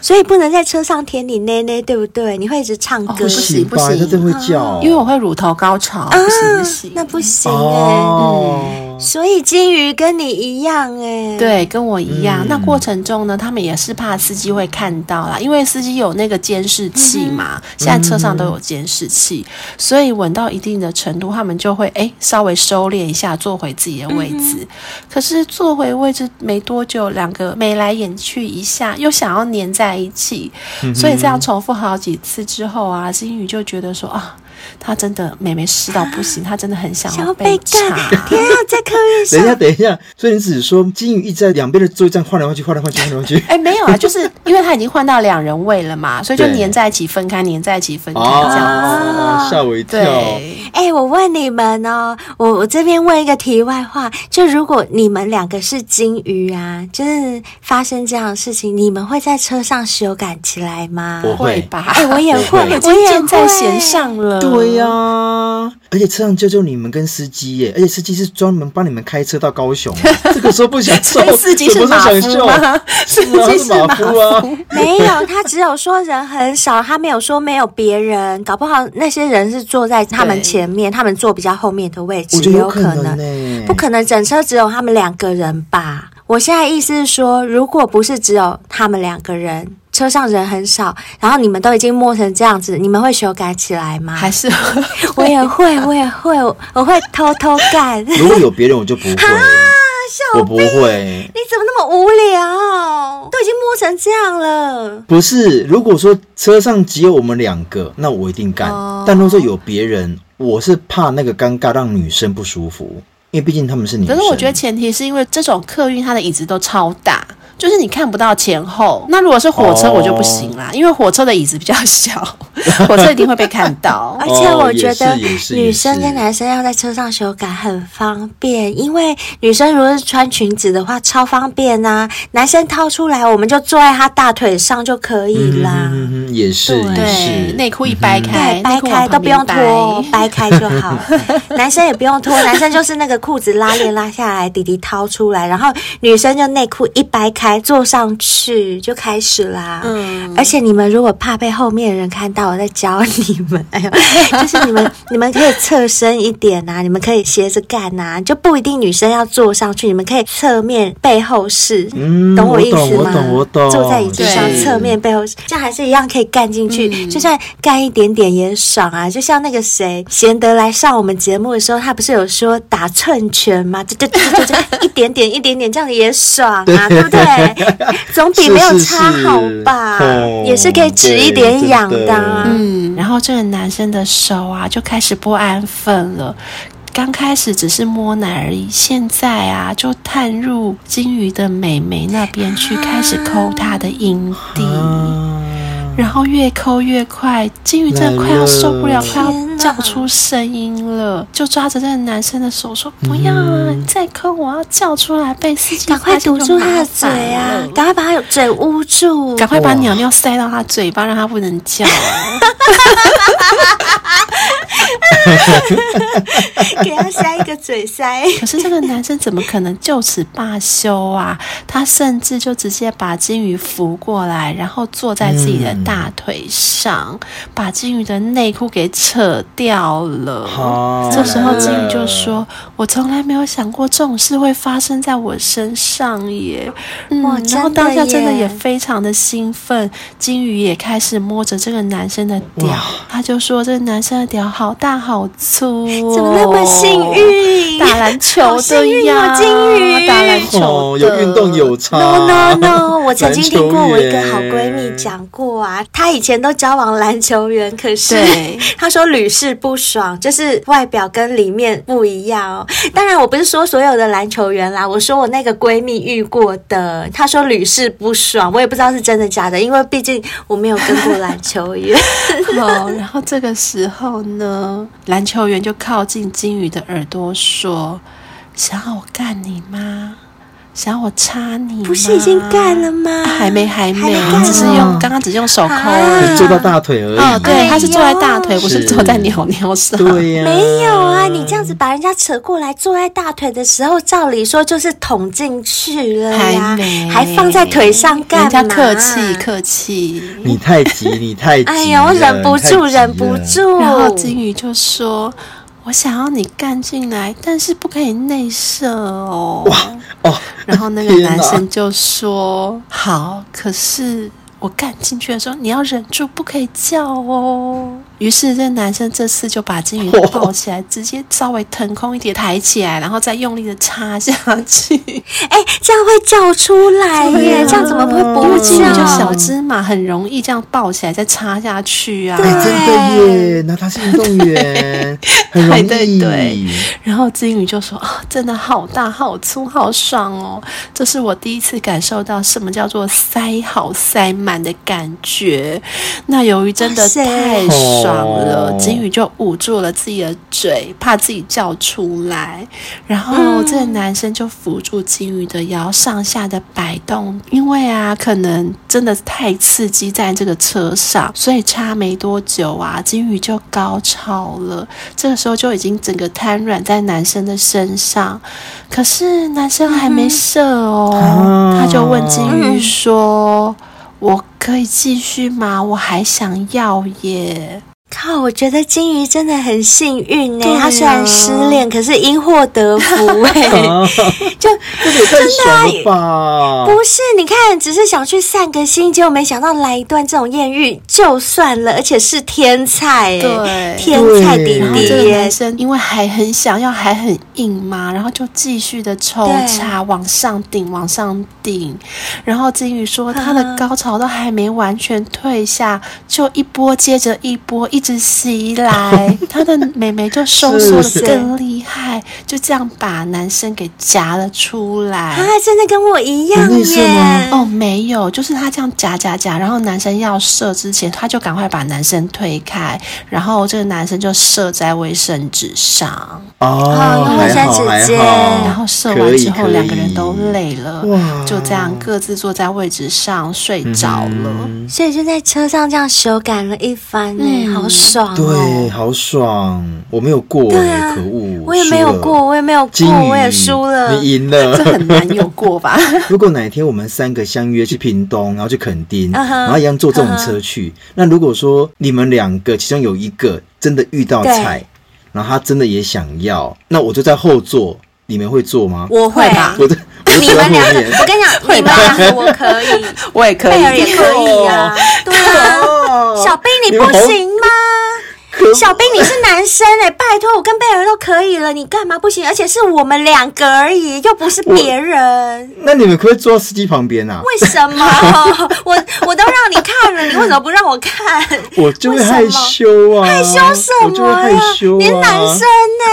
[SPEAKER 4] 所以不能在车上舔你内内，对不对？你会一直唱歌，
[SPEAKER 2] 哦
[SPEAKER 3] 不
[SPEAKER 2] 不
[SPEAKER 3] 行
[SPEAKER 2] 行吧，
[SPEAKER 3] 不行啊
[SPEAKER 2] 他真会叫，
[SPEAKER 3] 因为我会乳头高潮，不行不行。嗯
[SPEAKER 4] 那不行哎、
[SPEAKER 2] 哦，
[SPEAKER 4] 所以金鱼跟你一样哎、，
[SPEAKER 3] 对，跟我一样。
[SPEAKER 4] 嗯
[SPEAKER 3] 那过程中呢，他们也是怕司机会看到啦，因为司机有那个监视器
[SPEAKER 4] 嗯
[SPEAKER 3] 嘛，现在车上都有监视器，所以闻到一定的程度，他们就会哎稍微收敛一下，坐回自己的位置。
[SPEAKER 4] 嗯
[SPEAKER 3] 可是坐回位置没多久，两个眉来眼去一下，又想
[SPEAKER 4] 嗯
[SPEAKER 3] 要粘在一起，所以这样重复好几次之后啊，金鱼就觉得说啊。她真的妹妹湿到不行，她真的很想
[SPEAKER 4] 想
[SPEAKER 3] 要
[SPEAKER 4] 要被
[SPEAKER 3] 查。
[SPEAKER 4] 干，天啊，在客运
[SPEAKER 2] 等一下，
[SPEAKER 4] 上，
[SPEAKER 2] 等一下，所以你只说金鱼一直在两边的座位这样换来换去，换来换去，换来换 去。
[SPEAKER 3] 哎，没有啊，就是因为她已经换到两人位 了嘛，所以就
[SPEAKER 2] 对
[SPEAKER 3] 粘在一起分开，粘在一起分开这样子。
[SPEAKER 2] 哦，吓我一跳。
[SPEAKER 3] 啊对，
[SPEAKER 4] 哎、我问你们哦，我我这边问一个题外话，就如果你们两个是金鱼啊，就是发生这样的事情，你们会在车上修改起来吗？
[SPEAKER 2] 我
[SPEAKER 3] 会 吧？
[SPEAKER 4] 哎、我也会，
[SPEAKER 2] 我
[SPEAKER 4] 我也会
[SPEAKER 3] 已经箭在弦上了。
[SPEAKER 2] 对呀、而且车上就就你们跟司机耶，而且司机是专门帮你们开车到高雄， 这个时候不想秀
[SPEAKER 3] 所以，司机
[SPEAKER 2] 什
[SPEAKER 3] 是
[SPEAKER 2] 么时
[SPEAKER 3] 马
[SPEAKER 2] 候想
[SPEAKER 3] 夫
[SPEAKER 2] 秀？
[SPEAKER 3] 吗？司
[SPEAKER 2] 是啊，他
[SPEAKER 3] 机
[SPEAKER 2] 是
[SPEAKER 3] 是马
[SPEAKER 2] 马夫啊。
[SPEAKER 4] 没有，他只有说人很少，他没有说没有别人，搞不好那些人是坐在他们
[SPEAKER 3] 对
[SPEAKER 4] 前面，他们坐比较后面的位置，
[SPEAKER 2] 我觉得
[SPEAKER 4] 也
[SPEAKER 2] 有
[SPEAKER 4] 可
[SPEAKER 2] 可
[SPEAKER 4] 能
[SPEAKER 2] 能，呢
[SPEAKER 4] 不可能整车只有他们两个人吧？我现在意思是说，如果不是只有他们两个人，车上人很少，然后你们都已经摸成这样子，你们会修改起来吗？
[SPEAKER 3] 还是
[SPEAKER 4] 我也会，我也会，我我会偷偷干。
[SPEAKER 2] 如果有别人，我就不 会，
[SPEAKER 3] 啊
[SPEAKER 4] 笑
[SPEAKER 2] 我不会。
[SPEAKER 4] 你怎么那么无聊？都已经摸成这样了。
[SPEAKER 2] 不是，如果说车上只有我们两个，那我一定干。
[SPEAKER 4] 哦
[SPEAKER 2] 但如果说有别人，我是怕那个尴尬让女生不舒服，因为毕竟他们是女
[SPEAKER 3] 可
[SPEAKER 2] 生。
[SPEAKER 3] 是我觉得前提是因为这种客运它的椅子都超大，就是你看不到前后。那如果是火车
[SPEAKER 2] 哦
[SPEAKER 3] 我就不行啦，因为火车的椅子比较 小，火车一定会被看到
[SPEAKER 4] 而。且我觉得
[SPEAKER 2] 哦也是也是
[SPEAKER 4] 女生跟男生要在车上修改很方便，因为女生如果是穿裙子的话，超方便啊。男生掏出来，我们就坐在他大腿上就可以啦。
[SPEAKER 2] 嗯哼，也 是嗯也
[SPEAKER 4] 对
[SPEAKER 3] 对
[SPEAKER 2] 是，。
[SPEAKER 3] 内裤一掰开，
[SPEAKER 4] 对，掰
[SPEAKER 3] 内裤往
[SPEAKER 4] 开
[SPEAKER 3] 旁
[SPEAKER 4] 都不用
[SPEAKER 3] 边
[SPEAKER 4] 脱，哦掰
[SPEAKER 3] 掰。
[SPEAKER 4] 开就好。男生也不 用脱，男生就是那个裤子拉链拉下来，底底掏出来，然后女生就内裤一掰开，坐上去就开始啦。
[SPEAKER 3] 嗯
[SPEAKER 4] 而且你们如果怕被后面的人看到，我在教你们，哎呦，就是你们你们可以侧身一点呐、你们可以斜着干呐、就不一定女生要坐上去，你们可以侧面背后式，
[SPEAKER 2] 嗯
[SPEAKER 4] 懂意
[SPEAKER 2] 我
[SPEAKER 4] 思
[SPEAKER 2] 懂
[SPEAKER 4] 吗？
[SPEAKER 2] 我懂我懂
[SPEAKER 4] 坐在椅子上
[SPEAKER 3] 对
[SPEAKER 4] 侧面背后式，这样还是一样可以干进去，
[SPEAKER 2] 嗯
[SPEAKER 4] 就算干一点点也爽啊。就像那个谁贤德来上我们节目的时候，他不是有说打寸拳吗？就就就就就一点点一点点，这样也爽 啊，对不对？总比没有擦好吧，
[SPEAKER 2] 是是是哦
[SPEAKER 4] 也是可以止一点痒的、啊。
[SPEAKER 2] 对真的
[SPEAKER 3] 嗯，然后这个男生的手啊就开始不安分了。刚开始只是摸奶而已，现在啊就探入金鱼的美眉那边去，开始抠她的阴蒂。
[SPEAKER 2] 啊
[SPEAKER 3] 然后越抠越快，金鱼真的快要受不
[SPEAKER 2] 来
[SPEAKER 3] 了，
[SPEAKER 2] 了
[SPEAKER 3] 快要叫出声音了，就抓着这个男生的手说：“不要啊，你再抠我要叫出来，被司机
[SPEAKER 4] 赶快
[SPEAKER 3] 发现
[SPEAKER 4] 堵
[SPEAKER 3] 就
[SPEAKER 4] 住他
[SPEAKER 3] 麻
[SPEAKER 4] 的
[SPEAKER 3] 烦
[SPEAKER 4] 嘴啊
[SPEAKER 2] 嗯
[SPEAKER 3] 了！
[SPEAKER 4] 赶快把他嘴捂住！
[SPEAKER 3] 赶快把鸟尿塞到他嘴巴，让他不能叫。
[SPEAKER 4] 给他塞一个 嘴塞。
[SPEAKER 3] 可是这个男生怎么可能就此罢休啊？他甚至就直接把金鱼扶过来，然后坐在自己的大腿上，把金鱼的内裤给扯掉了。
[SPEAKER 2] 好
[SPEAKER 3] 这时候金鱼就说：“我从来没有想过这种事会发生在我身上耶。”嗯
[SPEAKER 4] 哇，
[SPEAKER 3] 然后
[SPEAKER 4] 真的
[SPEAKER 3] 当下真的
[SPEAKER 4] 耶
[SPEAKER 3] 也非常的兴奋，金鱼也开始摸着这个男生的屌，他就说：“这个男生的屌好大好粗、哦，
[SPEAKER 4] 怎么那么幸运？
[SPEAKER 3] 打篮球
[SPEAKER 4] 好幸
[SPEAKER 3] 的
[SPEAKER 4] 运
[SPEAKER 3] 呀，
[SPEAKER 4] 哦金鱼
[SPEAKER 3] 打篮球的、
[SPEAKER 2] 哦，有运动有差。
[SPEAKER 4] No
[SPEAKER 3] 啊
[SPEAKER 4] no no！我曾经
[SPEAKER 2] 篮
[SPEAKER 4] 听
[SPEAKER 2] 球
[SPEAKER 4] 过我一个
[SPEAKER 2] 员
[SPEAKER 4] 好闺蜜讲过啊，她以前都交往篮球员，可是
[SPEAKER 3] 对
[SPEAKER 4] 她说屡试不爽，就是外表跟里面不一样哦。当然，我不是说所有的篮球员啦，我说我那个闺蜜遇过的，她说屡试不爽，我也不知道是真的假的，因为毕竟我没有跟过篮球 员。
[SPEAKER 3] 好，然后这个时候呢，篮球员就靠近金鱼的耳朵说：“想要我干你吗？想要我插你吗？”
[SPEAKER 4] 不是已经干了吗
[SPEAKER 3] 啊还没，还
[SPEAKER 4] 还
[SPEAKER 3] 没，
[SPEAKER 4] 没干啊
[SPEAKER 3] 只是用刚刚只是用手抠而已。
[SPEAKER 2] 只坐到大腿而已。
[SPEAKER 3] 哦，对，他是坐在大
[SPEAKER 4] 哎
[SPEAKER 3] 腿，
[SPEAKER 4] 呦
[SPEAKER 3] 不是
[SPEAKER 2] 是
[SPEAKER 3] 坐在鸟鸟上。
[SPEAKER 2] 对呀、
[SPEAKER 4] 没有啊，你这样子把人家扯过来，坐在大腿的时候，照理说就是捅进去了呀，
[SPEAKER 3] 还没
[SPEAKER 4] 还放在腿上干
[SPEAKER 3] 人
[SPEAKER 4] 嘛？
[SPEAKER 3] 家客气客气。
[SPEAKER 2] 你太急，你太急了。
[SPEAKER 4] 哎呀，我忍不
[SPEAKER 2] 你太急
[SPEAKER 4] 住，
[SPEAKER 2] 了
[SPEAKER 4] 忍不。
[SPEAKER 2] 哦
[SPEAKER 4] 住。
[SPEAKER 3] 然后金鱼就说：“我想要你干进来，但是不可以内射哦。”
[SPEAKER 2] 哦，
[SPEAKER 3] 然后那个
[SPEAKER 2] 天哪
[SPEAKER 3] 男生就说：“ 好，可是我干进去的时候，你要忍住，不可以叫哦。”于是这男生这次就把金鱼抱起来，直接稍微腾空一点抬起来，然后再用力的插下去。
[SPEAKER 4] 哎、这样会叫出来耶，
[SPEAKER 3] 啊
[SPEAKER 4] 这样怎么会
[SPEAKER 2] 哦
[SPEAKER 4] 不
[SPEAKER 3] 因为
[SPEAKER 4] 会
[SPEAKER 3] 金鱼
[SPEAKER 4] 叫？
[SPEAKER 3] 就小芝麻，很容易这样抱起来再插下去啊。
[SPEAKER 2] 哎，真的耶，那他是运动员，很 容易。
[SPEAKER 3] 对对然后金鱼就说：“啊，真的好大、好粗、好爽哦！这是我第一次感受到什么叫做塞好塞满的感觉。那由于真的
[SPEAKER 4] 哇塞
[SPEAKER 3] 太爽了，
[SPEAKER 2] 哦
[SPEAKER 3] 金鱼就捂住了自己的嘴，怕自己叫出来。然后这个男生就扶住金鱼的腰，上下的摆动，因为啊，可能真的太刺激在这个车上，所以差没多久啊，金鱼就高潮了。”这个时候就已经整个瘫软在男生的身上，可是男生还没射哦，
[SPEAKER 2] 啊
[SPEAKER 3] 他就问金鱼说：“我可以继续吗？我还想要耶。
[SPEAKER 4] 靠，我觉得金鱼真的很幸运呢、
[SPEAKER 3] 对啊
[SPEAKER 4] 他虽然失恋，可是因祸得福哎、
[SPEAKER 2] 啊，
[SPEAKER 4] 就
[SPEAKER 2] 这个也太爽了
[SPEAKER 3] 哦
[SPEAKER 2] 吧！
[SPEAKER 4] 不是，你看，只是想去散个心，结果没想到来一段这种艳遇就算了，而且是天才、欸，
[SPEAKER 3] 对
[SPEAKER 4] 天才弟
[SPEAKER 3] 然后
[SPEAKER 4] 弟
[SPEAKER 3] 这个
[SPEAKER 4] 耶
[SPEAKER 3] 男，生因为还很想要，还很硬嘛，然后就继续的抽插，往上顶，往上顶。然后金鱼说，他的高潮都还没完全退下，就一波接着一波一直袭 来，他的美眉就收缩的
[SPEAKER 2] 是
[SPEAKER 3] 更厉害，就这样把男生给夹了出来
[SPEAKER 4] 啊。，真的跟我一样
[SPEAKER 2] 有内射吗
[SPEAKER 4] 耶！
[SPEAKER 3] 哦，没有，就是他这样夹夹夹，然后男生要射之前，他就赶快把男生推开，然后这个男生就射在卫生纸上，
[SPEAKER 2] 哦，
[SPEAKER 4] 用卫
[SPEAKER 2] 还
[SPEAKER 4] 生
[SPEAKER 2] 好
[SPEAKER 4] 纸
[SPEAKER 2] 还
[SPEAKER 4] 接
[SPEAKER 2] 好，
[SPEAKER 3] 然后射
[SPEAKER 2] 可
[SPEAKER 3] 完
[SPEAKER 2] 以
[SPEAKER 3] 之后
[SPEAKER 2] 哦可
[SPEAKER 3] 两个人
[SPEAKER 2] 以
[SPEAKER 3] 都累了
[SPEAKER 2] 哇，
[SPEAKER 3] 就这样各自坐在位置上睡着了。
[SPEAKER 2] 嗯
[SPEAKER 4] 所以就在车上这样修改了一番呢、
[SPEAKER 3] 嗯
[SPEAKER 4] 好爽
[SPEAKER 2] 对，
[SPEAKER 4] 哦！
[SPEAKER 2] 好爽，我没有过
[SPEAKER 4] 对啊
[SPEAKER 2] 哎，可恶，
[SPEAKER 4] 我也没
[SPEAKER 2] 输
[SPEAKER 4] 有
[SPEAKER 2] 了
[SPEAKER 4] 过，我也没有
[SPEAKER 2] 金
[SPEAKER 4] 过，
[SPEAKER 2] 鱼，
[SPEAKER 4] 我也输了。
[SPEAKER 2] 你赢
[SPEAKER 3] 这
[SPEAKER 2] 了。
[SPEAKER 3] 很难有过 吧？
[SPEAKER 2] 如果哪一天我们三个相约去屏东，然后去垦丁
[SPEAKER 4] 嗯哼
[SPEAKER 2] 然后一样坐这种车去那如果说你们两个其中有一个真的遇到
[SPEAKER 4] 对
[SPEAKER 2] 菜，然后他真的也想要，那我就在后座，你们会坐吗？
[SPEAKER 4] 我会
[SPEAKER 3] 会吧
[SPEAKER 2] 我在我就
[SPEAKER 4] 你
[SPEAKER 2] 坐在
[SPEAKER 4] 们
[SPEAKER 2] 后
[SPEAKER 4] 两个，
[SPEAKER 2] 面。
[SPEAKER 4] 我跟你讲，你们两个我可以，
[SPEAKER 3] 我也可
[SPEAKER 4] 贝尔也可以啊，对 啊。
[SPEAKER 2] 哦
[SPEAKER 4] 小兵，你不行吗？
[SPEAKER 2] 可
[SPEAKER 4] 小兵，你是男生哎、拜托，我跟贝尔都可以了，你干嘛不行？而且是我们两个而已，又不是别人。
[SPEAKER 2] 那你们可不可以坐到司机旁边啊？
[SPEAKER 4] 为什 么？我我都让你看了，你为什么不让我看？
[SPEAKER 2] 我就会
[SPEAKER 4] 为什么
[SPEAKER 2] 害羞啊，害
[SPEAKER 4] 害羞什
[SPEAKER 2] 啊我就
[SPEAKER 4] 么
[SPEAKER 2] 会害
[SPEAKER 4] 呀？
[SPEAKER 2] 羞啊。
[SPEAKER 4] 连男生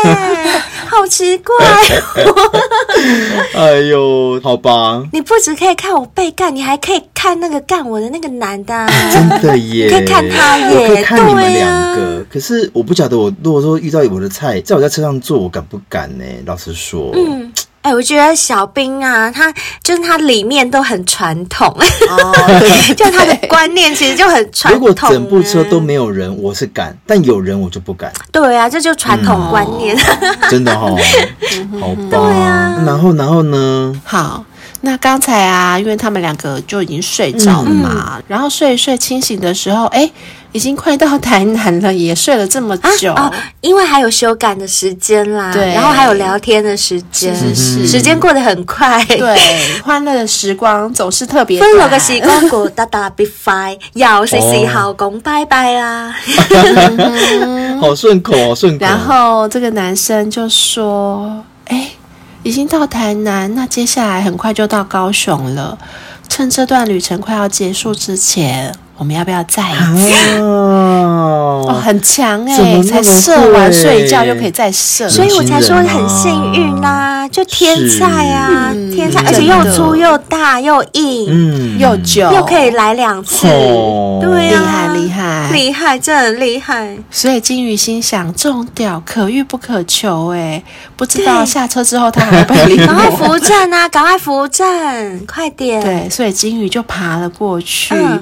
[SPEAKER 4] 呢、好奇怪。
[SPEAKER 2] 哎呦，好吧，
[SPEAKER 4] 你不只可以看我被干，你还可以看那个干我的那个男的、啊。
[SPEAKER 2] 真的耶，
[SPEAKER 4] 可以看他耶
[SPEAKER 2] 我可以看你们
[SPEAKER 4] 对
[SPEAKER 2] 两
[SPEAKER 4] 啊
[SPEAKER 2] 个。可是我不晓得我，如果说遇到我的菜，在我在车上做，我敢不敢呢、老实说，嗯，
[SPEAKER 4] 哎、我觉得小兵啊，他就是他里面都很传统， 就他的观念其实就很传
[SPEAKER 2] 哦如
[SPEAKER 4] 统、啊
[SPEAKER 2] 果整部车都没有人，我是敢；但有人，我就不 敢，
[SPEAKER 4] 对啊，这就传统观念。
[SPEAKER 3] 嗯
[SPEAKER 2] 真的哈、
[SPEAKER 4] 嗯
[SPEAKER 2] 好吧。
[SPEAKER 4] 啊
[SPEAKER 2] 然后，然后呢？
[SPEAKER 3] 好，那刚才啊，因为他们两个就已经睡着了嘛，
[SPEAKER 2] 嗯
[SPEAKER 3] 然后睡一睡清醒的时候，哎，已经快到台南了，也睡了这么
[SPEAKER 2] 啊
[SPEAKER 3] 久，
[SPEAKER 4] 哦， 因为还有修改的时间啦，
[SPEAKER 3] 对
[SPEAKER 4] 然后还有聊天的时间，
[SPEAKER 3] 是是是
[SPEAKER 4] 时间过得很快。，
[SPEAKER 3] 对，欢乐的时光总是特别
[SPEAKER 4] 分
[SPEAKER 3] 短。
[SPEAKER 4] 了个时光谷，哒哒 be fine，又是时候讲拜拜啦。
[SPEAKER 3] 哦
[SPEAKER 4] 嗯
[SPEAKER 2] 好顺口哦，顺口。
[SPEAKER 3] 然后这个男生就说：“哎，已经到台南，那接下来很快就到高雄了。趁这段旅程快要结束之前，我们要不要再一次？”哦，
[SPEAKER 2] 啊，
[SPEAKER 3] 很强哎、
[SPEAKER 2] 怎么那么
[SPEAKER 3] 才射完
[SPEAKER 2] 会
[SPEAKER 3] 睡一觉就可以再射，
[SPEAKER 4] 所以我才说
[SPEAKER 2] 年轻人
[SPEAKER 4] 很
[SPEAKER 2] 啊
[SPEAKER 4] 幸运呐、就天才啊，
[SPEAKER 3] 啊是嗯
[SPEAKER 4] 天才，
[SPEAKER 2] 嗯
[SPEAKER 4] 而且又
[SPEAKER 3] 真的
[SPEAKER 4] 粗又大又硬，
[SPEAKER 2] 嗯
[SPEAKER 3] 又久
[SPEAKER 4] 又可以来两次，
[SPEAKER 2] 哦
[SPEAKER 4] 对
[SPEAKER 3] 厉
[SPEAKER 4] 啊，
[SPEAKER 3] 害厉害
[SPEAKER 4] 厉害，真的很厉害。
[SPEAKER 3] 所以金鱼心想：这种屌可遇不可求哎、不知道
[SPEAKER 4] 对
[SPEAKER 3] 下车之后他还会不会理
[SPEAKER 4] 赶快
[SPEAKER 3] 我。
[SPEAKER 4] 扶正啊！赶快扶正，快点！
[SPEAKER 3] 对，所以金鱼就爬了过去。
[SPEAKER 4] 嗯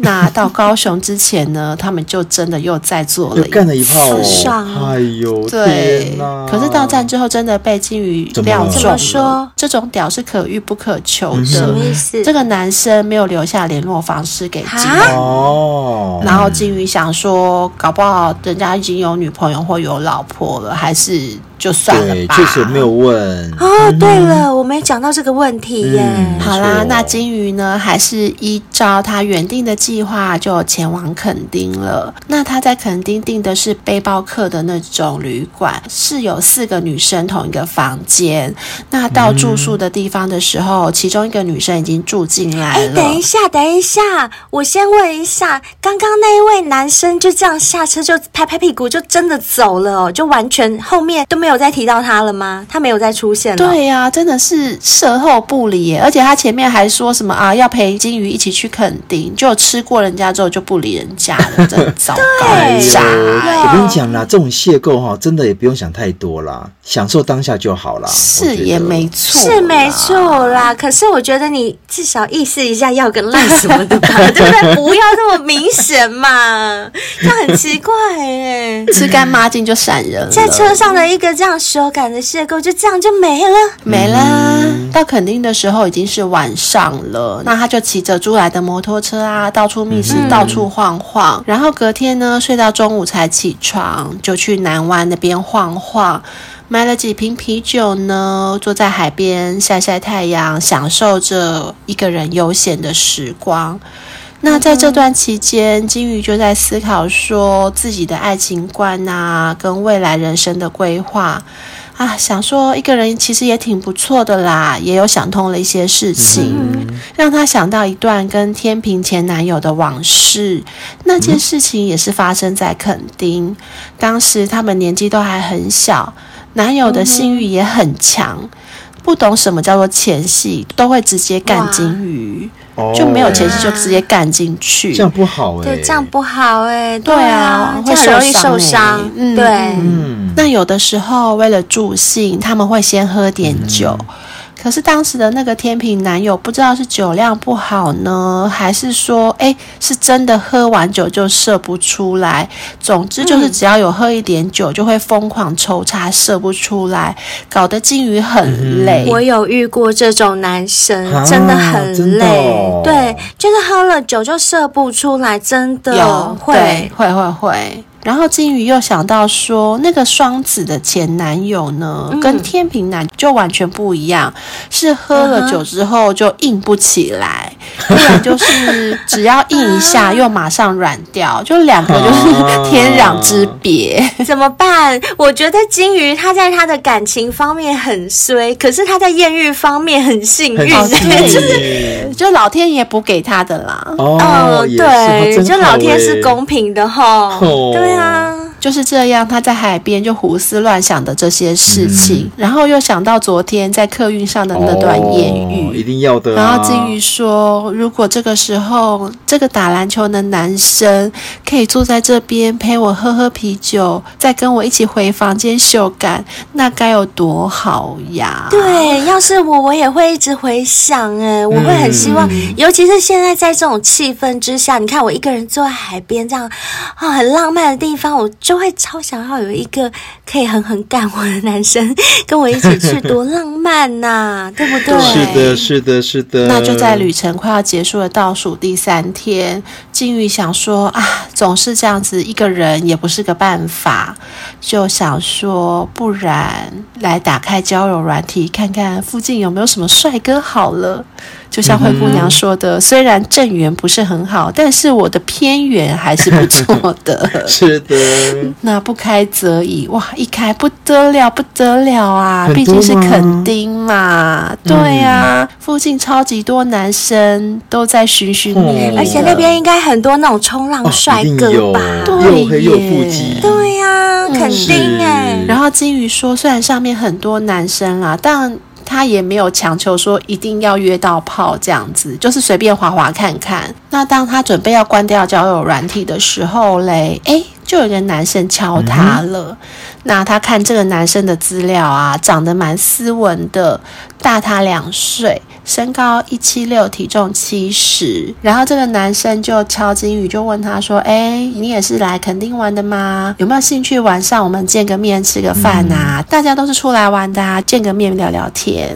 [SPEAKER 3] 那到高雄之前呢， 他们就真的又再做
[SPEAKER 2] 又
[SPEAKER 3] 了一
[SPEAKER 2] 干了一炮哦
[SPEAKER 4] 好爽！哦
[SPEAKER 2] 哎呦，
[SPEAKER 3] 对
[SPEAKER 2] 天哪，
[SPEAKER 3] 可是到站之后真的被金鱼
[SPEAKER 2] 怎么
[SPEAKER 3] 料
[SPEAKER 2] 了
[SPEAKER 3] 中
[SPEAKER 4] 怎么
[SPEAKER 3] 了。
[SPEAKER 4] 说
[SPEAKER 3] 这种屌是可遇不可求
[SPEAKER 4] 什
[SPEAKER 3] 的
[SPEAKER 2] 嗯
[SPEAKER 4] 么。意思？
[SPEAKER 3] 这个男生没有留下联络方式给金鱼
[SPEAKER 4] 啊，
[SPEAKER 2] 哦，
[SPEAKER 3] 然后金鱼想说，搞不好人家已经有女朋友或有老婆了，还是就算了
[SPEAKER 2] 对，
[SPEAKER 3] 吧。
[SPEAKER 2] 确实没有问。
[SPEAKER 4] 哦，对
[SPEAKER 3] 嗯
[SPEAKER 4] 了，我没讲到这个问题耶。
[SPEAKER 2] 嗯
[SPEAKER 3] 好
[SPEAKER 2] 没错
[SPEAKER 3] 啦，那金鱼呢，还是依照他原定的计划就前往垦丁了。那他在垦丁订的是背包客的那种旅馆，是有四个女生同一个房间。那到住宿的地方的时候，其中一个女生已经住进来
[SPEAKER 4] 哎，
[SPEAKER 3] 了。
[SPEAKER 4] 等一下，等一下，我先问一下，刚刚那一位男生就这样下车就拍拍屁股就真的走了哦，就完全后面都没有再提到他了吗？他没有再出现了。，
[SPEAKER 3] 对呀、真的是售后不理耶，而且他前面还说什么啊，要陪金鱼一起去垦丁，就吃过人家之后就不理人家了，真的糟 糕
[SPEAKER 4] 哎
[SPEAKER 2] 呦
[SPEAKER 3] 炸！
[SPEAKER 2] 我跟你讲啦，这种邂逅哈，真的也不用想太多啦，享受当下就好啦。我
[SPEAKER 3] 是
[SPEAKER 2] 觉得
[SPEAKER 3] 也没错，
[SPEAKER 4] 是没。错啦。可是我觉得你至少意识一下要个赖什么 的吧，对不对？不要那么明显嘛，这样很奇怪 哎。
[SPEAKER 3] 吃干抹净就闪人了，
[SPEAKER 4] 在车上的一个这样修改的邂逅，就这样就没了。
[SPEAKER 3] 没啦。到垦丁的时候已经是晚上了，那他就骑着租来的摩托车啊，到处觅食，到处晃晃。然后隔天呢，睡到中午才起床，就去南湾那边晃晃。买了几瓶啤酒呢，坐在海边晒晒太阳，享受着一个人悠闲的时光。那在这段期间，金鱼就在思考说自己的爱情观啊，跟未来人生的规划啊，想说一个人其实也挺不错的啦，也有想通了一些事
[SPEAKER 2] 嗯
[SPEAKER 3] 情，让他想到一段跟天平前男友的往事。那件事情也是发生在垦丁，当时他们年纪都还很小，男友的性欲也很强。不懂什么叫做前戏，都会直接干
[SPEAKER 4] 哇
[SPEAKER 3] 金鱼。
[SPEAKER 2] 哦
[SPEAKER 3] 就没有前戏就直接干进去。
[SPEAKER 2] 这样不好哎、
[SPEAKER 4] 对，这样不好哎、
[SPEAKER 3] 对啊
[SPEAKER 4] 啊，，这
[SPEAKER 3] 会
[SPEAKER 4] 样很容易受
[SPEAKER 3] 欸
[SPEAKER 4] 伤。
[SPEAKER 3] 嗯，
[SPEAKER 4] 对，
[SPEAKER 3] 嗯那有的时候为了助兴，他们会先喝点酒。可是当时的那个天平男友不知道是酒量不好呢，还是说，哎，是真的喝完酒就射不出来。总之就是只要有喝一点酒，就会疯狂抽插，射不出来，搞得金鱼很累。
[SPEAKER 4] 我有遇过这种男生，
[SPEAKER 2] 啊
[SPEAKER 4] 真的很
[SPEAKER 2] 真的
[SPEAKER 4] 累。
[SPEAKER 2] 哦
[SPEAKER 4] 对，就是喝了酒就射不出来，真的
[SPEAKER 3] 有
[SPEAKER 4] 会
[SPEAKER 3] 对。会会会。然后金鱼又想到说，那个双子的前男友呢，跟天平男就完全不一样，是喝了酒之后就硬不起 来，不然就是只要硬一 下又马上软掉，就两个就是天壤之别。
[SPEAKER 4] 怎么办？我觉得金鱼他在他的感情方面很衰，可是他在艳遇方面很幸运。
[SPEAKER 2] 很幸运
[SPEAKER 3] 就老天爷补给他的啦。
[SPEAKER 2] 哦
[SPEAKER 4] 哦，，
[SPEAKER 2] 也是
[SPEAKER 4] 对，就老天是。
[SPEAKER 2] 哦真好
[SPEAKER 4] 公平的哈。
[SPEAKER 2] 哦
[SPEAKER 4] 对啊，
[SPEAKER 3] 就是这样，他在海边就胡思乱想的这些事情，然后又想到昨天在客运上的
[SPEAKER 2] 欸
[SPEAKER 3] 那段艳
[SPEAKER 2] 哦
[SPEAKER 3] 遇，
[SPEAKER 2] 一定要的、啊
[SPEAKER 3] 然后金鱼，说：“如果这个时候这个打篮球的男生可以坐在这边陪我喝喝啤酒，再跟我一起回房间修改，那该有多好呀！”，
[SPEAKER 4] 对，要是我，我也会一直回想哎，
[SPEAKER 2] 嗯
[SPEAKER 4] 我会很希望，尤其是现在在这种气氛之下，你看我一个人坐在海边这样啊、很浪漫的地方，我就会超想要有一个可以狠狠干我的男生跟我一起去，多浪漫呐、对不 对？
[SPEAKER 2] 是的，是的，是的。。
[SPEAKER 3] 那就在旅程快要结束的倒数第三天，金鱼想说啊，总是这样子一个人也不是个办法，就想说，不然来打开交友软体看看附近有没有什么帅哥好了。就像灰姑娘说的，虽然正缘不是很好，但是我的偏缘还是不错的
[SPEAKER 2] 是的，
[SPEAKER 3] 那不开则已，哇，一开不得了，不得了啊！
[SPEAKER 2] 很多
[SPEAKER 3] 毕竟是
[SPEAKER 2] 吗嗯
[SPEAKER 3] 垦丁嘛，对呀、附近超级多男生都在寻寻觅觅的，
[SPEAKER 4] 而哎且那边应该很多那种冲浪
[SPEAKER 2] 哦
[SPEAKER 4] 帅
[SPEAKER 2] 一定
[SPEAKER 4] 哥
[SPEAKER 2] 有
[SPEAKER 4] 吧？
[SPEAKER 3] 对
[SPEAKER 2] 又黑又
[SPEAKER 3] 耶
[SPEAKER 2] 腹肌，
[SPEAKER 4] 对呀、肯定哎
[SPEAKER 2] 是。
[SPEAKER 3] 然后金鱼说，虽然上面很多男生啦，但他也没有强求说一定要约到炮这样子，就是随便滑滑看看。那当他准备要关掉交友软体的时候嘞，诶，就有一个男生敲他
[SPEAKER 2] 嗯
[SPEAKER 3] 了。那他看这个男生的资料啊，长得蛮斯文的，大他两岁，身高一七六，体重七十。然后这个男生就敲金鱼，就问他说：“哎，你也是来垦丁玩的吗？有没有兴趣晚上我们见个面吃个饭啊？大家都是出来玩的、啊，见个面聊聊天。”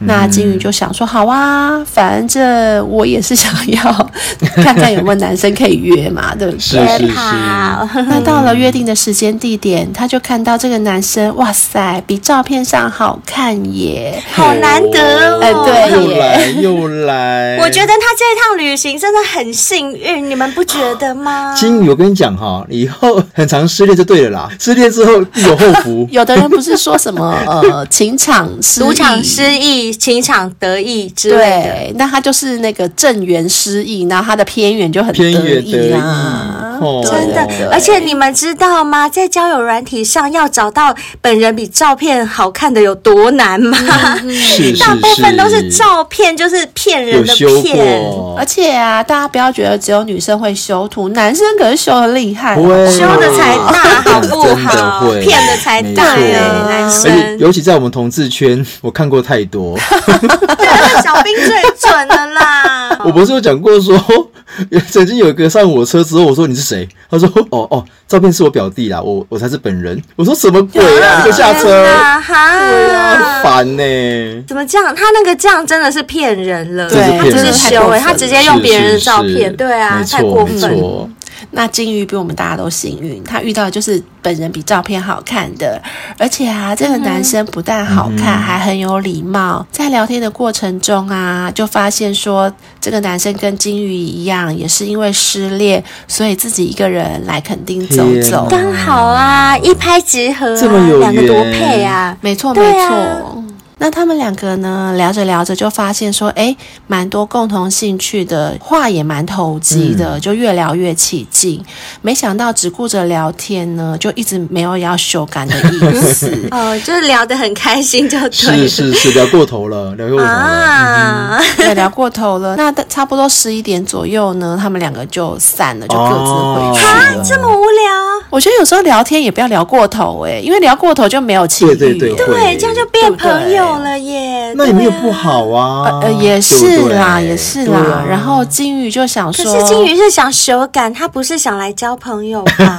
[SPEAKER 3] 那金鱼就想说：“好啊，反正我也是想要 看看有没有男生可以约嘛，对不对？”
[SPEAKER 2] 是是是，
[SPEAKER 4] 好，
[SPEAKER 3] 那到了约定的时间地点，他就看到这个男生，哇塞，比照片上好看耶！
[SPEAKER 4] 好难得哦
[SPEAKER 3] 哎对。
[SPEAKER 2] 又 来又 来，
[SPEAKER 4] 我觉得他这一趟旅行真的很幸运，你们不觉得吗？
[SPEAKER 2] 金宇，我跟你讲哈，你以后很常失恋就对了啦，失恋之后必有后福
[SPEAKER 3] 有的人不是说什么 呃情场失
[SPEAKER 4] 赌场
[SPEAKER 3] 意
[SPEAKER 4] 失意，情场得意之类的。
[SPEAKER 3] 对，那他就是那个正缘失意，然后他的偏缘就很
[SPEAKER 2] 偏
[SPEAKER 3] 得
[SPEAKER 2] 缘得
[SPEAKER 3] 意
[SPEAKER 2] 意
[SPEAKER 3] 啦，
[SPEAKER 2] 哦
[SPEAKER 3] 对
[SPEAKER 4] 真的
[SPEAKER 3] 对对，
[SPEAKER 4] 而且你们知道吗？在交友软体上要找到本人比照片好看的有多难吗？
[SPEAKER 2] 是是
[SPEAKER 4] 大部分都是
[SPEAKER 2] 是
[SPEAKER 4] 照片，就是骗人
[SPEAKER 2] 有
[SPEAKER 4] 的
[SPEAKER 2] 修
[SPEAKER 4] 骗。
[SPEAKER 2] 过
[SPEAKER 3] 而，且啊，大家不要觉得只有女生会修图，男生可是修的厉害啊，
[SPEAKER 2] 不会
[SPEAKER 4] 修的才大，好不
[SPEAKER 2] 真的
[SPEAKER 4] 好？
[SPEAKER 2] 会
[SPEAKER 4] 骗的才大
[SPEAKER 2] 没
[SPEAKER 4] 哎、
[SPEAKER 2] 错
[SPEAKER 4] 男
[SPEAKER 2] 而且
[SPEAKER 4] 生。
[SPEAKER 2] 尤其在我们同志圈，我看过太 多。
[SPEAKER 4] 对， 小兵最准了啦。
[SPEAKER 2] 我不是有讲过说， 曾经有一个上我车之后，我说你是谁？他说哦哦，照片是我表弟啦，我我才是本人。我说什么鬼啊？你给我下车！啊
[SPEAKER 4] 天哪哈
[SPEAKER 2] 很 烦呢、
[SPEAKER 4] 怎么这样？他那个这样真的是骗人了，
[SPEAKER 3] 这是
[SPEAKER 4] 他
[SPEAKER 2] 骗
[SPEAKER 4] 只
[SPEAKER 2] 人
[SPEAKER 4] 是修哎、他直接用别人的照
[SPEAKER 2] 是是
[SPEAKER 4] 片，
[SPEAKER 2] 是
[SPEAKER 4] 对啊
[SPEAKER 2] 没，
[SPEAKER 4] 太
[SPEAKER 2] 错
[SPEAKER 4] 过
[SPEAKER 2] 没
[SPEAKER 4] 分了。
[SPEAKER 2] 错，
[SPEAKER 3] 那金鱼比我们大家都幸运，他遇到的就是本人比照片好看的，而且啊，这个男生不但好看，
[SPEAKER 2] 嗯
[SPEAKER 3] 还很有礼貌。在聊天的过程中啊，就发现说这个男生跟金鱼一样，也是因为失恋，所以自己一个人来垦丁走
[SPEAKER 2] 天
[SPEAKER 3] 走。
[SPEAKER 2] 哪
[SPEAKER 4] 刚好啊，一拍即合、啊，
[SPEAKER 2] 这么有缘
[SPEAKER 4] 两个多配啊。
[SPEAKER 3] 没错，没
[SPEAKER 4] 对啊。
[SPEAKER 3] 错。那他们两个呢，聊着聊着就发现说，哎，蛮多共同兴趣的，话也蛮投机
[SPEAKER 2] 嗯
[SPEAKER 3] 的，就越聊越起劲。没想到只顾着聊天呢，就一直没有要修改的意思
[SPEAKER 4] 哦，就是聊得很开心就对了
[SPEAKER 2] 是嗯是是，聊过头了，聊过头了。
[SPEAKER 4] 啊。
[SPEAKER 3] 对，聊过头了。那差不多十一点左右呢，他们两个就散了，就各自回
[SPEAKER 2] 嗯哦
[SPEAKER 3] 去。
[SPEAKER 4] 啊，这么无聊，
[SPEAKER 3] 我觉得有时候聊天也不要聊过头、诶，哎，因为聊过头就没有情
[SPEAKER 2] 对对
[SPEAKER 3] 欲。
[SPEAKER 2] 对，
[SPEAKER 4] 对，
[SPEAKER 2] 会
[SPEAKER 4] 这样就变
[SPEAKER 3] 对不对
[SPEAKER 4] 朋友了耶。
[SPEAKER 2] 那也没有
[SPEAKER 4] 对啊
[SPEAKER 2] 不。好啊
[SPEAKER 3] 呃，呃，也
[SPEAKER 2] 对不
[SPEAKER 3] 是
[SPEAKER 2] 对
[SPEAKER 3] 啦，也是
[SPEAKER 2] 对
[SPEAKER 3] 啦。
[SPEAKER 2] 啊
[SPEAKER 3] 然后金鱼就想
[SPEAKER 4] 可
[SPEAKER 3] 说，
[SPEAKER 4] 是金鱼是想手感，他不是想来交朋友 吧？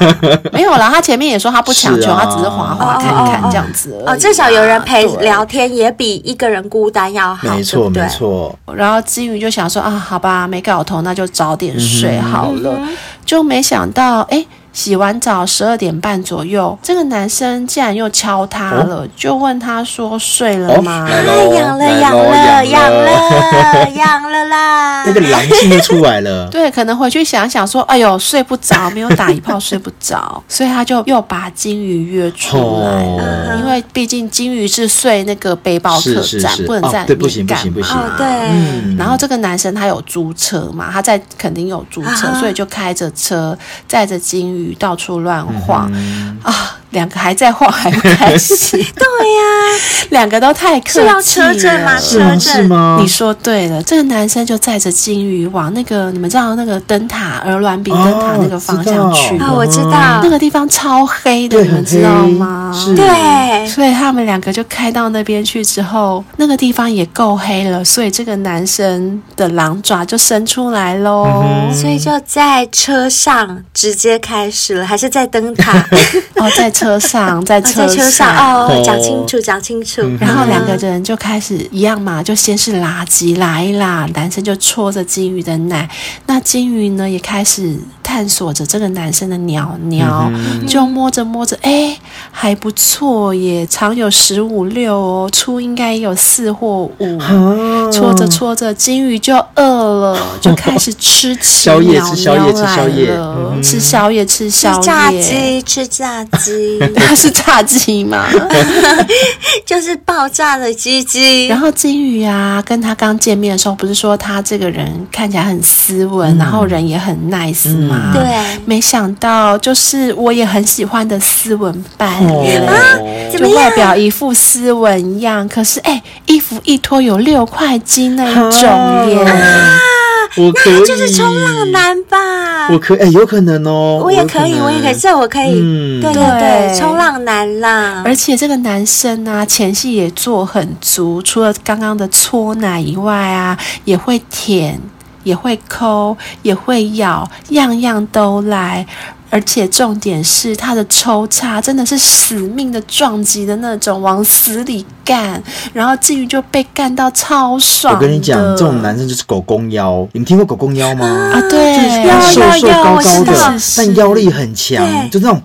[SPEAKER 3] 没有啦，他前面也说他不强
[SPEAKER 2] 是
[SPEAKER 3] 求，
[SPEAKER 2] 啊
[SPEAKER 3] 他只是滑滑看看这样子而已啦
[SPEAKER 4] 哦，至少有人陪
[SPEAKER 3] 对
[SPEAKER 4] 聊天，也比一个人孤单要好，
[SPEAKER 2] 没
[SPEAKER 4] 对
[SPEAKER 2] 错
[SPEAKER 4] 不对
[SPEAKER 2] 没。错，
[SPEAKER 3] 然后金鱼就想说啊，好吧，没搞头，那就早点
[SPEAKER 2] 嗯
[SPEAKER 3] 睡好了。就没想到，哎，洗完澡十二点半左右，这个男生竟然又敲他了，就问他说睡了
[SPEAKER 2] 哦
[SPEAKER 3] 吗？
[SPEAKER 2] 来
[SPEAKER 4] 啊，
[SPEAKER 2] 喽
[SPEAKER 4] 养了，
[SPEAKER 2] 来
[SPEAKER 4] 养
[SPEAKER 2] 喽
[SPEAKER 4] 了，养
[SPEAKER 2] 养了
[SPEAKER 4] 了， 养了啦！
[SPEAKER 2] 那个狼性就出来了。
[SPEAKER 3] 对，可能回去想想说，哎呦，睡不着，没有打一炮睡不 着，所以他就又把金鱼约出来了，
[SPEAKER 4] 哦
[SPEAKER 3] 因为毕竟金鱼是睡那个背包客
[SPEAKER 2] 是
[SPEAKER 3] 栈，
[SPEAKER 2] 是是
[SPEAKER 3] 不能
[SPEAKER 2] 哦
[SPEAKER 3] 在
[SPEAKER 2] 对
[SPEAKER 3] 里
[SPEAKER 2] 不
[SPEAKER 3] 面
[SPEAKER 2] 行不
[SPEAKER 3] 干
[SPEAKER 2] 行不
[SPEAKER 3] 嘛
[SPEAKER 2] 行嗯
[SPEAKER 4] 哦，对，
[SPEAKER 3] 然后这个男生他有租车嘛，他在肯定有租车，
[SPEAKER 4] 啊
[SPEAKER 3] 所以就开着车载着金鱼到处乱
[SPEAKER 4] 嗯
[SPEAKER 3] 晃、
[SPEAKER 2] 嗯
[SPEAKER 3] 啊，两个还在晃还不 开心，
[SPEAKER 4] 对呀，
[SPEAKER 3] 两个都太客气
[SPEAKER 4] 是
[SPEAKER 3] 了。
[SPEAKER 4] 要车震吗？
[SPEAKER 2] 是
[SPEAKER 4] 车
[SPEAKER 2] 吗？是
[SPEAKER 4] 震。
[SPEAKER 2] 吗？
[SPEAKER 3] 你说对了，这个男生就载着金鱼往那个你们知道那个灯塔鹅銮鼻灯塔那个方向去，
[SPEAKER 4] 哦，我知道
[SPEAKER 3] 那，个地方超黑的，
[SPEAKER 2] 对
[SPEAKER 3] 你们
[SPEAKER 2] 很
[SPEAKER 3] 知道
[SPEAKER 2] 黑
[SPEAKER 3] 吗？
[SPEAKER 2] 是
[SPEAKER 4] 对，
[SPEAKER 3] 所以他们两个就开到那边去之后，那个地方也够黑了，所以这个男生的狼爪就伸出来喽。
[SPEAKER 4] 嗯所以就在车上直接开始了，还是在灯塔？
[SPEAKER 3] 哦，在车 上，在
[SPEAKER 4] 哦
[SPEAKER 3] 车上。
[SPEAKER 4] 在车上哦
[SPEAKER 2] 哦，
[SPEAKER 4] 讲清楚，讲清楚。
[SPEAKER 3] 然后两个人就开始一样嘛，就先是拉鸡拉一拉，男生就戳着金鱼的奶，那金鱼呢也开始探索着这个男生的鸟鸟，
[SPEAKER 4] 嗯
[SPEAKER 3] 就摸着摸着，哎，还不错耶，长有十五六哦，粗应该也有四或 五。
[SPEAKER 2] 啊
[SPEAKER 3] 戳着戳着，金鱼就 饿了，就开始吃起鸟
[SPEAKER 2] 宵夜吃
[SPEAKER 3] 鸟
[SPEAKER 2] 宵夜吃宵夜嗯
[SPEAKER 3] 来了，吃宵夜吃
[SPEAKER 4] 吃
[SPEAKER 3] 宵夜，
[SPEAKER 4] 炸鸡，吃炸鸡，
[SPEAKER 3] 它 是炸 鸡吗？
[SPEAKER 4] 就是爆炸的鸡鸡
[SPEAKER 3] 然。后金鱼啊，跟他刚见面的时候，不是说他这个人看起来很斯文，
[SPEAKER 2] 嗯
[SPEAKER 3] 然后人也很 nice 吗？
[SPEAKER 4] 对，
[SPEAKER 3] 没想到就是我也很喜欢的斯文伴侣。
[SPEAKER 2] 哦，
[SPEAKER 4] 怎
[SPEAKER 3] 就
[SPEAKER 4] 么
[SPEAKER 3] 外
[SPEAKER 4] 样？
[SPEAKER 3] 表一副斯文样，可是哎、衣服一脱有六块肌那一种耶，
[SPEAKER 2] 我可以
[SPEAKER 4] 那就是冲浪男吧？
[SPEAKER 2] 我可哎、有可能哦，
[SPEAKER 4] 我也可以，我也可以，这我可以，
[SPEAKER 2] 嗯
[SPEAKER 4] 对对
[SPEAKER 3] 对
[SPEAKER 4] 对，冲浪男啦，
[SPEAKER 3] 而且这个男生啊，前戏也做很足，除了刚刚的搓奶以外啊，也会舔，也会抠，也会咬，样样都来。而且重点是他的抽插真的是死命的撞击的那种，往死里干，然后至于就被干到超爽
[SPEAKER 2] 我
[SPEAKER 3] 的。
[SPEAKER 2] 跟你讲，这种男生就是狗公腰，你们听过狗公腰吗？
[SPEAKER 3] 啊，对，
[SPEAKER 4] 要
[SPEAKER 2] 瘦
[SPEAKER 4] 要
[SPEAKER 2] 瘦
[SPEAKER 4] 要
[SPEAKER 2] 高
[SPEAKER 4] 我
[SPEAKER 2] 高
[SPEAKER 4] 知
[SPEAKER 2] 的啊
[SPEAKER 4] 道，
[SPEAKER 3] 是
[SPEAKER 2] 但
[SPEAKER 3] 是
[SPEAKER 2] 腰力很强，
[SPEAKER 4] 对
[SPEAKER 2] 就那种，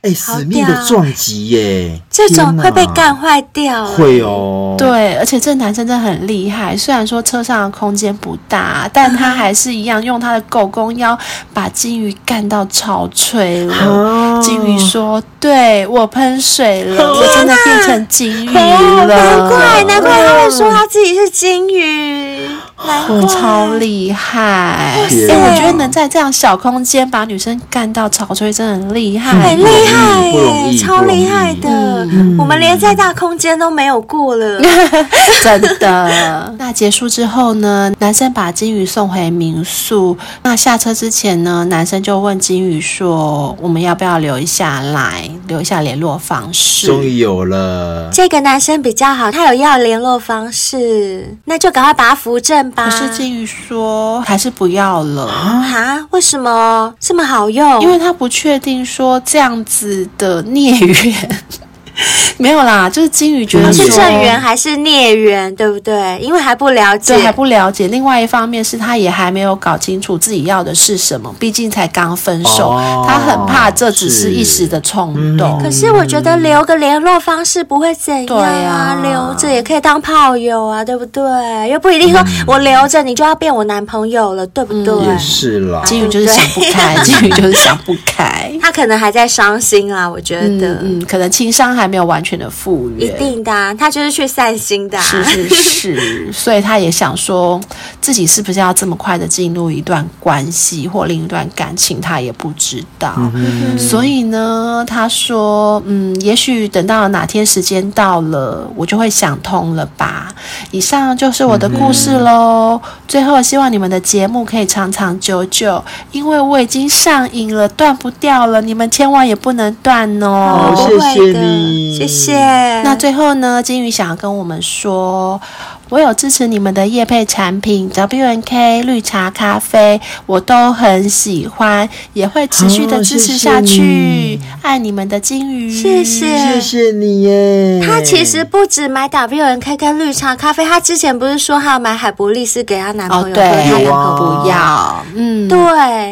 [SPEAKER 2] 哎、死命
[SPEAKER 4] 屌
[SPEAKER 2] 的撞击耶！
[SPEAKER 4] 这
[SPEAKER 2] 天
[SPEAKER 4] 种
[SPEAKER 2] 哪
[SPEAKER 4] 会被干，坏掉，
[SPEAKER 2] 会哦。，
[SPEAKER 3] 对，而且这男生真的很厉害。虽然说车上的空间不大，但他还是一样用他的狗公腰把金鱼干到潮吹
[SPEAKER 2] 啊
[SPEAKER 3] 了。金鱼说：“对我喷水了，我真的变成金鱼
[SPEAKER 4] 哦，
[SPEAKER 3] 了。”
[SPEAKER 4] 难怪难怪他会说他自己是金鱼，难
[SPEAKER 3] 我
[SPEAKER 4] 怪
[SPEAKER 3] 超厉害！
[SPEAKER 2] 天
[SPEAKER 3] 哎、我觉得
[SPEAKER 2] 啊
[SPEAKER 3] 能在这样小空间把女生干到潮吹，真的很厉害。
[SPEAKER 4] 很厉害
[SPEAKER 2] 不容易不容
[SPEAKER 4] 耶，
[SPEAKER 2] 易
[SPEAKER 4] 超厉害的，我们连在大空间都没有过了。
[SPEAKER 3] 嗯 真的。 那结束之后呢，男生把金鱼送回民宿。那下车之前呢，男生就问金鱼说：“我们要不要留一下来，留一下联络方式？”
[SPEAKER 2] 终于有了。
[SPEAKER 4] 这个男生比较好，他有要联络方式，那就赶快把他扶正吧。
[SPEAKER 3] 可是金鱼说还是不要了，
[SPEAKER 4] 啊？为什么这么好用？
[SPEAKER 3] 因为他不确定说这样子的孽缘 没有啦，就是金鱼哦觉得
[SPEAKER 4] 是
[SPEAKER 3] 说
[SPEAKER 4] 正缘还是孽缘，对不对？因为还不了解
[SPEAKER 3] 对，，还不了解。另外一方面是他也还没有搞清楚自己要的是什么，毕竟才刚分手，
[SPEAKER 2] 哦
[SPEAKER 3] 他很怕这只是一
[SPEAKER 2] 是
[SPEAKER 3] 时的冲动。
[SPEAKER 4] 可是我觉得留个联络方式不会怎样
[SPEAKER 3] 嗯对啊
[SPEAKER 4] 留着也可以当炮友啊，对不对？又不一定说我留着你就要变我男朋友了，对不对？
[SPEAKER 2] 也是啦，
[SPEAKER 3] 金嗯鱼就是
[SPEAKER 4] 对
[SPEAKER 3] 想不开，金鱼就是想不开。
[SPEAKER 4] 他可能还在伤心啊，我觉
[SPEAKER 3] 嗯
[SPEAKER 4] 得、
[SPEAKER 3] 嗯，可能情商还没有完全的复
[SPEAKER 4] 一
[SPEAKER 3] 原。
[SPEAKER 4] 定的啊、他就是去散心的、啊。
[SPEAKER 3] 是 是是，所以他也想说自己是不是要这么快的进入一段关系或另一段感情，他也不知道。
[SPEAKER 4] 嗯
[SPEAKER 3] 所以呢，他说，嗯，也许等到哪天时间到了，我就会想通了吧。以上就是我的故
[SPEAKER 4] 嗯
[SPEAKER 3] 事喽。最后，希望你们的节目可以长长久久，因为我已经上瘾了，断不掉了，你们千万也不能断
[SPEAKER 2] 好
[SPEAKER 3] 哦。
[SPEAKER 4] 不
[SPEAKER 2] 谢
[SPEAKER 4] 会
[SPEAKER 2] 谢
[SPEAKER 4] 的
[SPEAKER 2] 你
[SPEAKER 4] 谢谢。
[SPEAKER 3] 那最后呢，金鱼想要跟我们说，我有支持你们的叶配产品 W N K 绿茶咖啡，我都很喜欢，也会持续的支持下
[SPEAKER 2] 哦谢谢
[SPEAKER 3] 去。
[SPEAKER 2] 你
[SPEAKER 3] 爱你们的金鱼，
[SPEAKER 4] 谢谢
[SPEAKER 2] 谢谢你耶。
[SPEAKER 4] 他其实不止买 W N K 跟绿茶咖啡，他之前不是说他要买海博利斯给他男
[SPEAKER 3] 哦，
[SPEAKER 4] 朋友，
[SPEAKER 3] 对，
[SPEAKER 4] 他
[SPEAKER 3] 还
[SPEAKER 4] 男
[SPEAKER 3] 有
[SPEAKER 2] 啊
[SPEAKER 4] 朋友
[SPEAKER 3] 不要，嗯，
[SPEAKER 4] 对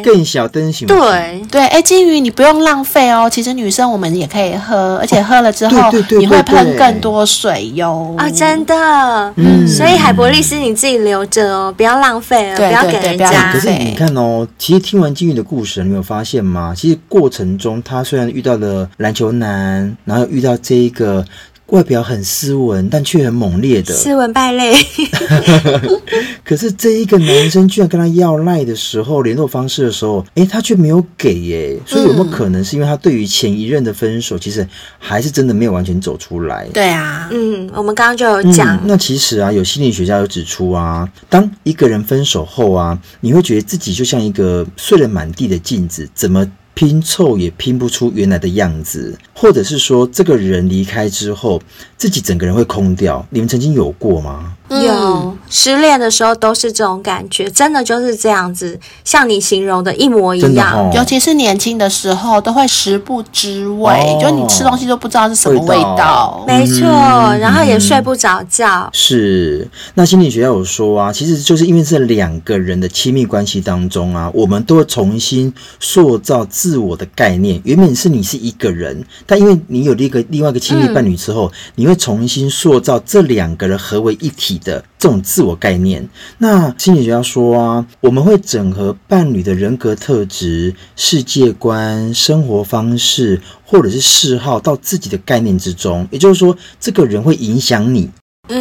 [SPEAKER 2] 更小灯行不行，
[SPEAKER 4] 对，
[SPEAKER 3] 对，哎，金鱼，你不用浪费哦。其实女生我们也可以喝，而且喝了之后，
[SPEAKER 2] 对对对
[SPEAKER 3] 你会喷
[SPEAKER 2] 对
[SPEAKER 3] 更多水哟。
[SPEAKER 4] 啊、真的，
[SPEAKER 2] 嗯
[SPEAKER 4] 所以海博利斯你自己留着哦，不要浪费了，
[SPEAKER 3] 对
[SPEAKER 4] 不要
[SPEAKER 3] 对
[SPEAKER 4] 给
[SPEAKER 3] 对
[SPEAKER 4] 人
[SPEAKER 3] 不要
[SPEAKER 4] 家
[SPEAKER 3] 浪
[SPEAKER 2] 啊可
[SPEAKER 3] 费
[SPEAKER 2] 是你看哦，其实听完金鱼的故事，你有发现吗？其实过程中，他虽然遇到了篮球男，然后遇到这一个外表很斯文但却很猛烈的，
[SPEAKER 4] 斯文败类。
[SPEAKER 2] 可是这一个男生居然跟他要赖的时候，联络方式的时候，诶，他却没有给耶。所以有没有可能是因为他对于前一任的分手，其实还是真的没有完全走出来？
[SPEAKER 3] 对啊，
[SPEAKER 4] 嗯，我们刚刚就有讲
[SPEAKER 2] 嗯。，那其实啊，有心理学家有指出啊，当一个人分手后啊，你会觉得自己就像一个碎了满地的镜子，怎么？拼凑也拼不出原来的样子，或者是说，这个人离开之后，自己整个人会空掉。你们曾经有过吗？
[SPEAKER 4] 有失恋的时候都是这种感觉，真的就是这样子，像你形容的一模一
[SPEAKER 2] 真的
[SPEAKER 4] 样。
[SPEAKER 2] 哦，
[SPEAKER 3] 尤其是年轻的时候，都会食不知味，
[SPEAKER 2] 哦
[SPEAKER 3] 就你吃东西都不知道是什么
[SPEAKER 2] 味
[SPEAKER 3] 味
[SPEAKER 2] 道
[SPEAKER 3] 道。
[SPEAKER 4] 没错，然后也睡不着觉。
[SPEAKER 2] 是，那心理学家有说啊，其实就是因为这两个人的亲密关系当中啊，我们都会重新塑造自我的概念。原本是你是一个人，但因为你有另一个另外一个亲密伴侣之后，你会重新塑造这两个人合为一体的这种自我概念。那心理学家说啊，我们会整合伴侣的人格特质、世界观、生活方式。或者是嗜好到自己的概念之中，也就是说，这个人会影响你，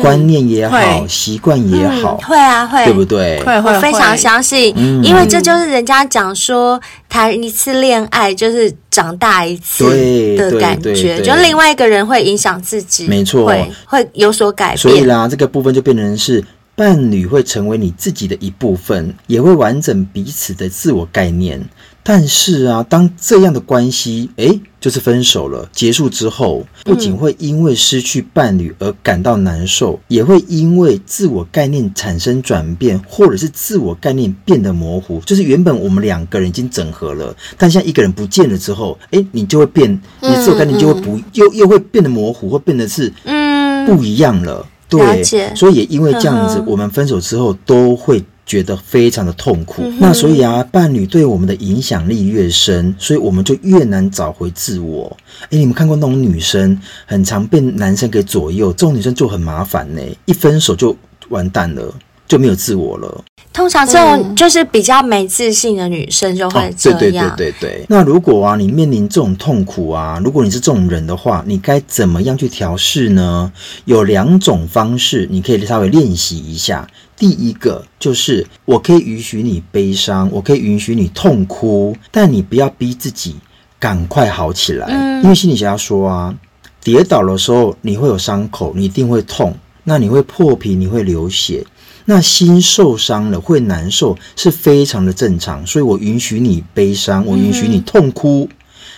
[SPEAKER 2] 观念也好，
[SPEAKER 3] 会
[SPEAKER 2] 习惯也好
[SPEAKER 4] 嗯，，会啊，会，
[SPEAKER 2] 对不对？
[SPEAKER 3] 会会
[SPEAKER 4] 我非常
[SPEAKER 3] 会
[SPEAKER 4] 相信，
[SPEAKER 2] 嗯
[SPEAKER 4] 因为这就是人家讲说谈一次恋爱就是长大一次
[SPEAKER 2] 对
[SPEAKER 4] 的
[SPEAKER 2] 对
[SPEAKER 4] 感
[SPEAKER 2] 对
[SPEAKER 4] 觉，
[SPEAKER 2] 对
[SPEAKER 4] 就另外一个人会影响自己，
[SPEAKER 2] 没错
[SPEAKER 4] 会会有所改
[SPEAKER 2] 所以
[SPEAKER 4] 变。
[SPEAKER 2] 啦，这个部分就变成是伴侣会成为你自己的一部分，也会完整彼此的自我概念。但是啊，当这样的关系，诶，就是分手了，结束之后，
[SPEAKER 4] 嗯
[SPEAKER 2] 不仅会因为失去伴侣而感到难受，也会因为自我概念产生转变，或者是自我概念变得模糊。就是原本我们两个人已经整合了，但现在一个人不见了之后，诶，你就会变，你的自我概念就会不、又又会变得模糊，或变得是
[SPEAKER 4] 嗯，
[SPEAKER 2] 不一样了。对
[SPEAKER 4] 了解，
[SPEAKER 2] 所以也因为这样子
[SPEAKER 4] 嗯，哼
[SPEAKER 2] 我们分手之后都会。觉得非常的痛苦，
[SPEAKER 4] 嗯
[SPEAKER 2] 那所以啊，伴侣对我们的影响力越深，所以我们就越难找回自我。诶，你们看过那种女生，很常被男生给左右，这种女生就很麻烦呢、一分手就完蛋了，就没有自我了。
[SPEAKER 4] 通常这
[SPEAKER 3] 嗯
[SPEAKER 4] 种就是比较没自信的女生就会这
[SPEAKER 2] 哦、对对
[SPEAKER 4] 样。
[SPEAKER 2] 对对对。那如果啊，你面临这种痛苦啊，如果你是这种人的话，你该怎么样去调试呢？有两种方式，你可以稍微练习一下。第一个就是，我可以允许你悲伤，我可以允许你痛哭，但你不要逼自己赶快好起来，
[SPEAKER 4] 嗯
[SPEAKER 2] 因为心理学家说啊，跌倒的时候你会有伤口，你一定会痛，那你会破皮，你会流血，那心受伤了会难受是非常的正常，所以我允许你悲伤，我允许你痛哭，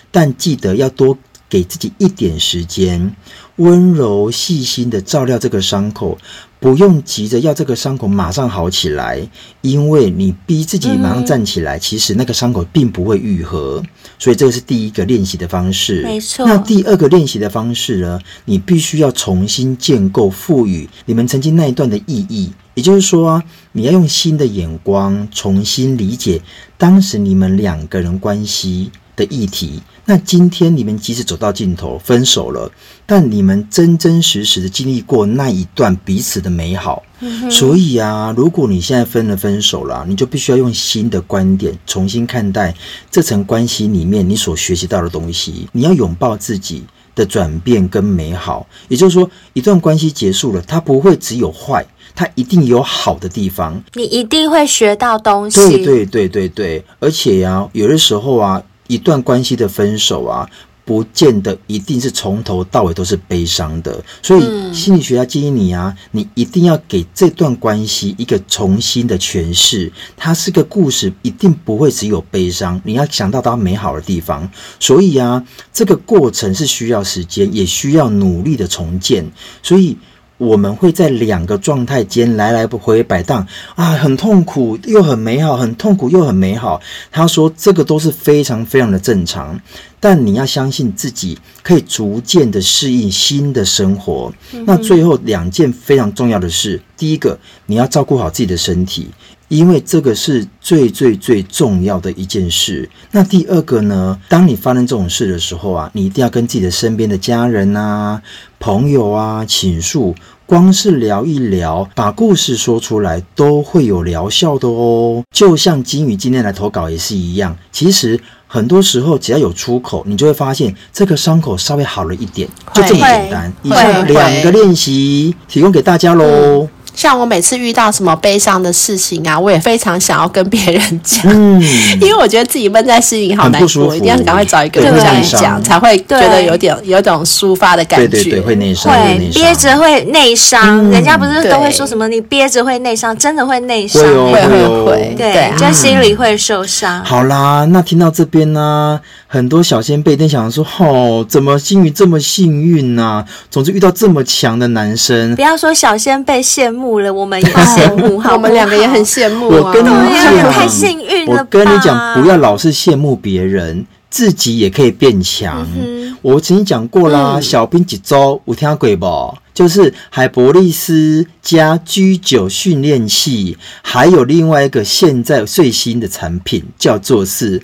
[SPEAKER 2] 但记得要多给自己一点时间，温柔细心的照料这个伤口，不用急着要这个伤口马上好起来，因为你逼自己马上站起来，其实那个伤口并不会愈合，所以这个是第一个练习的方式。
[SPEAKER 4] 没错
[SPEAKER 2] 那第二个练习的方式呢，你必须要重新建构、赋予你们曾经那一段的意义。也就是说啊，你要用新的眼光重新理解当时你们两个人关系的议题。那今天你们即使走到尽头，分手了，但你们真真实实的经历过那一段彼此的美好。所以啊，如果你现在分了分手了啊，你就必须要用新的观点重新看待这层关系里面你所学习到的东西。你要拥抱自己的转变跟美好，也就是说，一段关系结束了，它不会只有坏，它一定有好的地方。
[SPEAKER 4] 你一定会学到东西。
[SPEAKER 2] 对对对对对，而且呀、有的时候啊，一段关系的分手啊。不见得一定是从头到尾都是悲伤的，所以心理学家建议你啊，你一定要给这段关系一个重新的诠释。它是个故事，一定不会只有悲伤，你要想到它美好的地方。所以啊，这个过程是需要时间，也需要努力的重建。所以我们会在两个状态间来来回摆荡啊，很痛苦又很美好，很痛苦又很美好。他说这个都是非常非常的正常，但你要相信自己可以逐渐的适应新的生活。那最后两件非常重要的事，第一个你要照顾好自己的身体。因为这个是最最最重要的一件事。那第二个呢？当你发生这种事的时候啊，你一定要跟自己的身边的家人啊、朋友啊倾诉，光是聊一聊，把故事说出来，都会有疗效的哦。就像金宇今天来投稿也是一样，其实。很多时候，只要有出口，你就会发现这个伤口稍微好了一点，就这么简单。以
[SPEAKER 4] 会
[SPEAKER 2] 上
[SPEAKER 3] 会
[SPEAKER 2] 两个练习提供给大家喽。
[SPEAKER 3] 像我每次遇到什么悲伤的事情啊，我也非常想要跟别人讲，
[SPEAKER 2] 嗯，
[SPEAKER 3] 因为我觉得自己闷在心里好
[SPEAKER 2] 很
[SPEAKER 3] 难
[SPEAKER 2] 不舒服
[SPEAKER 3] 过，一定要赶快找一个人
[SPEAKER 4] 对
[SPEAKER 3] 这样
[SPEAKER 4] 内
[SPEAKER 2] 伤
[SPEAKER 3] 讲，才会觉得
[SPEAKER 4] 对
[SPEAKER 3] 有点有种抒发的感
[SPEAKER 2] 对
[SPEAKER 3] 觉。
[SPEAKER 2] 对对，会内伤，会
[SPEAKER 4] 会
[SPEAKER 2] 内伤
[SPEAKER 4] 憋着会内伤，人家不是都会
[SPEAKER 3] 嗯对
[SPEAKER 4] 说什么你憋着会内伤，真的会内伤、
[SPEAKER 2] 会哦，
[SPEAKER 3] 会
[SPEAKER 2] 会
[SPEAKER 3] 会会
[SPEAKER 2] 哦。
[SPEAKER 4] 对，
[SPEAKER 3] 对啊
[SPEAKER 4] 就心里会受伤。
[SPEAKER 2] 好啦，那听到这边呢、很多小先辈一定想说，哦，怎么金鱼这么幸运呢、总之遇到这么强的男生
[SPEAKER 4] 不，要说小仙被羡慕了，我们也羡慕，好不好
[SPEAKER 3] 我们两个也很羡慕、
[SPEAKER 2] 嗯
[SPEAKER 3] 啊。
[SPEAKER 2] 我跟你
[SPEAKER 4] 对啊
[SPEAKER 2] 讲，
[SPEAKER 4] 太幸运了吧
[SPEAKER 2] 我跟你讲，不要老是羡慕别人，自己也可以变强。
[SPEAKER 4] 嗯
[SPEAKER 2] 我曾经讲过啦，小兵几周有听过不？就是海博利斯加 G 九训练器，还有另外一个现在最新的产品叫做是。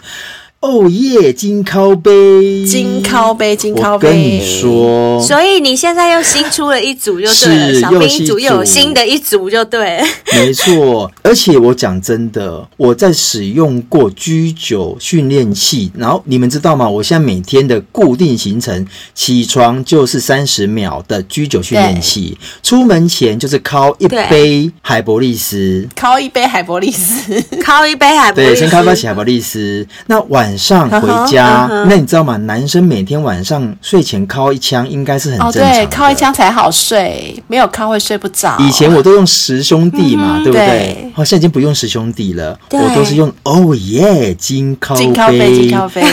[SPEAKER 2] 哦耶！金靠杯，
[SPEAKER 3] 金靠杯金靠
[SPEAKER 2] 我跟
[SPEAKER 3] 杯
[SPEAKER 2] 你说，
[SPEAKER 4] 所以你现在又新出了一组就对了，
[SPEAKER 2] 是
[SPEAKER 4] 小
[SPEAKER 2] 又
[SPEAKER 4] 兵
[SPEAKER 2] 新
[SPEAKER 4] 组又
[SPEAKER 2] 组
[SPEAKER 4] 有新的一组就对 了。
[SPEAKER 2] 没错，而且我讲真的，我在使用过 G 九训练器，然后你们知道吗？我现在每天的固定行程，起床就是三十秒的 G 九训练器，出门前就是靠一
[SPEAKER 4] 对
[SPEAKER 2] 杯海博利斯。
[SPEAKER 3] 靠一杯海博利斯，
[SPEAKER 4] 靠一杯海不
[SPEAKER 2] 对，先开发起海博利斯。那晚晚上回
[SPEAKER 4] 嗯
[SPEAKER 2] 家
[SPEAKER 4] 哼嗯哼
[SPEAKER 2] 那你知道吗？男生每天晚上睡前敲一枪应该是很
[SPEAKER 3] 哦，
[SPEAKER 2] 正常的。
[SPEAKER 3] 对，靠一枪才好睡，没有靠会睡不着。
[SPEAKER 2] 以前我都用十兄弟嘛，对不对
[SPEAKER 3] 对？
[SPEAKER 2] 好、现在已经不用十兄弟了，
[SPEAKER 4] 对
[SPEAKER 2] 我都是用哦耶金靠
[SPEAKER 3] 金靠杯，金靠杯，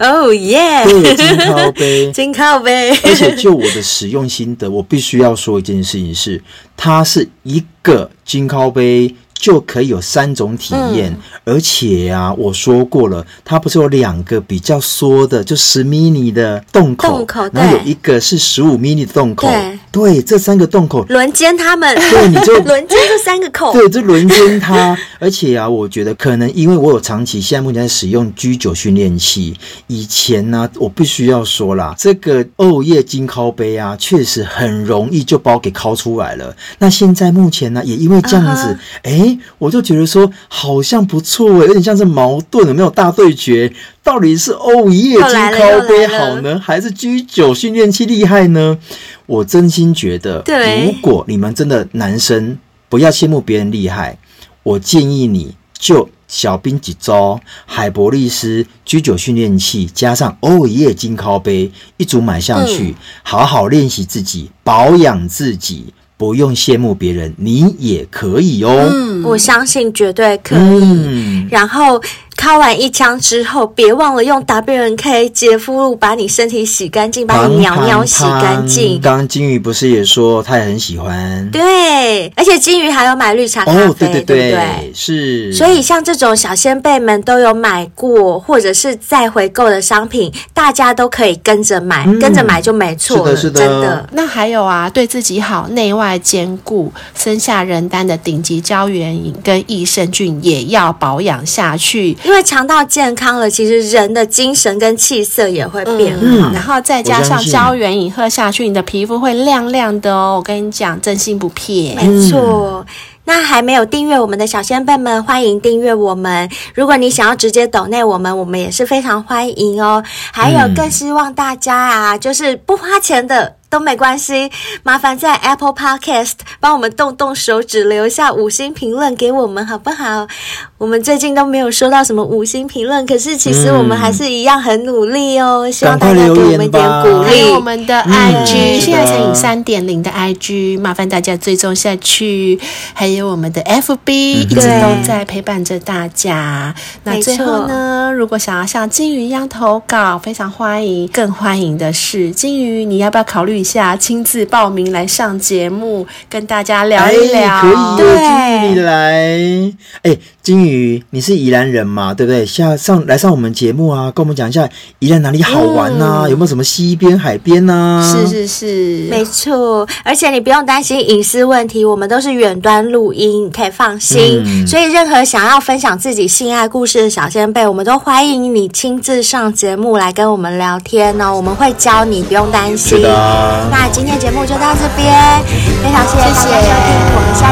[SPEAKER 4] 哦耶，。
[SPEAKER 2] 对金靠杯
[SPEAKER 4] 金靠呗，
[SPEAKER 2] 而且就我的使用心得，我必须要说一件事情是，它是一个金靠杯就可以有三种体验，而且啊，我说过了，它不是有两个比较缩的，就十 mini 的洞口，
[SPEAKER 4] 洞口对
[SPEAKER 2] 然后有一个是十五 mini 的洞口，对，这三个洞口
[SPEAKER 4] 轮奸他们，
[SPEAKER 2] 对你就
[SPEAKER 4] 轮奸这三个口，
[SPEAKER 2] 对，这轮奸它，而且啊，我觉得可能因为我有长期现在目前在使用 G 九训练器，以前呢、我必须要说啦，这个欧叶金靠杯啊，确实很容易就把我给敲出来了。那现在目前呢、也因为这
[SPEAKER 4] 啊
[SPEAKER 2] 样子，哎、我就觉得说好像不错诶、有点像是矛盾，有没有大对决？到底是欧叶
[SPEAKER 4] 又
[SPEAKER 2] 金
[SPEAKER 4] 来了又
[SPEAKER 2] 靠杯
[SPEAKER 4] 来
[SPEAKER 2] 好
[SPEAKER 4] 了
[SPEAKER 2] 呢，还是 G 九训练器厉害呢？我真心觉得，
[SPEAKER 4] 对
[SPEAKER 2] 如果你们真的男生不要羡慕别人厉害，我建议你就小兵几招，海博利斯居酒训练器加上欧耶金靠杯一组买下去，
[SPEAKER 4] 嗯
[SPEAKER 2] 好好练习自己，保养自己，不用羡慕别人，你也可以哦。嗯，
[SPEAKER 4] 我相信绝对可以。
[SPEAKER 2] 嗯
[SPEAKER 4] 然后敲完一枪之后，别忘了用 WNK 洁肤露把你身体洗干净，把你尿尿洗干净。
[SPEAKER 2] 刚刚金鱼不是也说他也很喜欢？
[SPEAKER 4] 对，而且金鱼还有买绿茶咖啡，
[SPEAKER 2] 哦，对对
[SPEAKER 4] 对不
[SPEAKER 2] 对，是。
[SPEAKER 4] 所以像这种小先辈们都有买过，或者是再回购的商品，大家都可以跟着买，跟着买就没错了，
[SPEAKER 2] 嗯是的是的
[SPEAKER 4] 真的。
[SPEAKER 3] 那还有啊，对自己好、内外兼顾、生下人丹的顶级胶原饮跟益生菌也要保养下去。
[SPEAKER 4] 因为肠道健康了，其实人的精神跟气色也会变好。
[SPEAKER 2] 嗯
[SPEAKER 3] 然后再加
[SPEAKER 2] 我相
[SPEAKER 3] 上
[SPEAKER 2] 信
[SPEAKER 3] 胶原饮喝下去，你的皮肤会亮亮的哦。我跟你讲，真心不骗。
[SPEAKER 2] 嗯
[SPEAKER 4] 没错。那还没有订阅我们的小先辈们，欢迎订阅我们。如果你想要直接抖内我们，我们也是非常欢迎哦。还有
[SPEAKER 2] 嗯
[SPEAKER 4] 更希望大家啊，就是不花钱的。都没关系，麻烦在 Apple Podcast 帮我们动动手指，留下五星评论给我们，好不好？我们最近都没有收到什么五星评论，可是其实我们
[SPEAKER 2] 嗯
[SPEAKER 4] 还是一样很努力哦。希望
[SPEAKER 2] 赶
[SPEAKER 4] 大
[SPEAKER 2] 快
[SPEAKER 4] 家给
[SPEAKER 2] 留
[SPEAKER 4] 我
[SPEAKER 2] 言
[SPEAKER 4] 们一
[SPEAKER 2] 吧
[SPEAKER 4] 点鼓
[SPEAKER 3] 还有
[SPEAKER 4] 励
[SPEAKER 3] 我。们的
[SPEAKER 2] 嗯
[SPEAKER 3] IG，、
[SPEAKER 2] 是
[SPEAKER 3] 现在
[SPEAKER 2] 的
[SPEAKER 3] 乘以三点零的 IG，麻烦大家追踪下去。还有我们的 FB，、一
[SPEAKER 2] 嗯
[SPEAKER 3] 直都在陪伴着大家。那
[SPEAKER 4] 没
[SPEAKER 3] 最
[SPEAKER 4] 错
[SPEAKER 3] 后呢，如果想要像金鱼一样投稿，非常欢迎。更欢迎的是，金鱼，你要不要考虑一下亲自报名来上节目，跟大家聊一聊？
[SPEAKER 2] 哎、可以
[SPEAKER 4] 对
[SPEAKER 2] 耶，金鱼你来。哎，金鱼，你是宜兰人嘛？对不对？下上来上我们节目啊，跟我们讲一下宜兰哪里好玩呐、有没有什么西边、海边啊呐、
[SPEAKER 3] 嗯是是是，
[SPEAKER 4] 没错，而且你不用担心隐私问题，我们都是远端录音，你可以放心。
[SPEAKER 2] 嗯
[SPEAKER 4] 所以，任何想要分享自己性爱故事的小先辈，我们都欢迎你亲自上节目来跟我们聊天哦，我们会教你，不用担心。
[SPEAKER 2] 是的。
[SPEAKER 4] 那今天节目就到这边，非常谢谢大家收听，我们下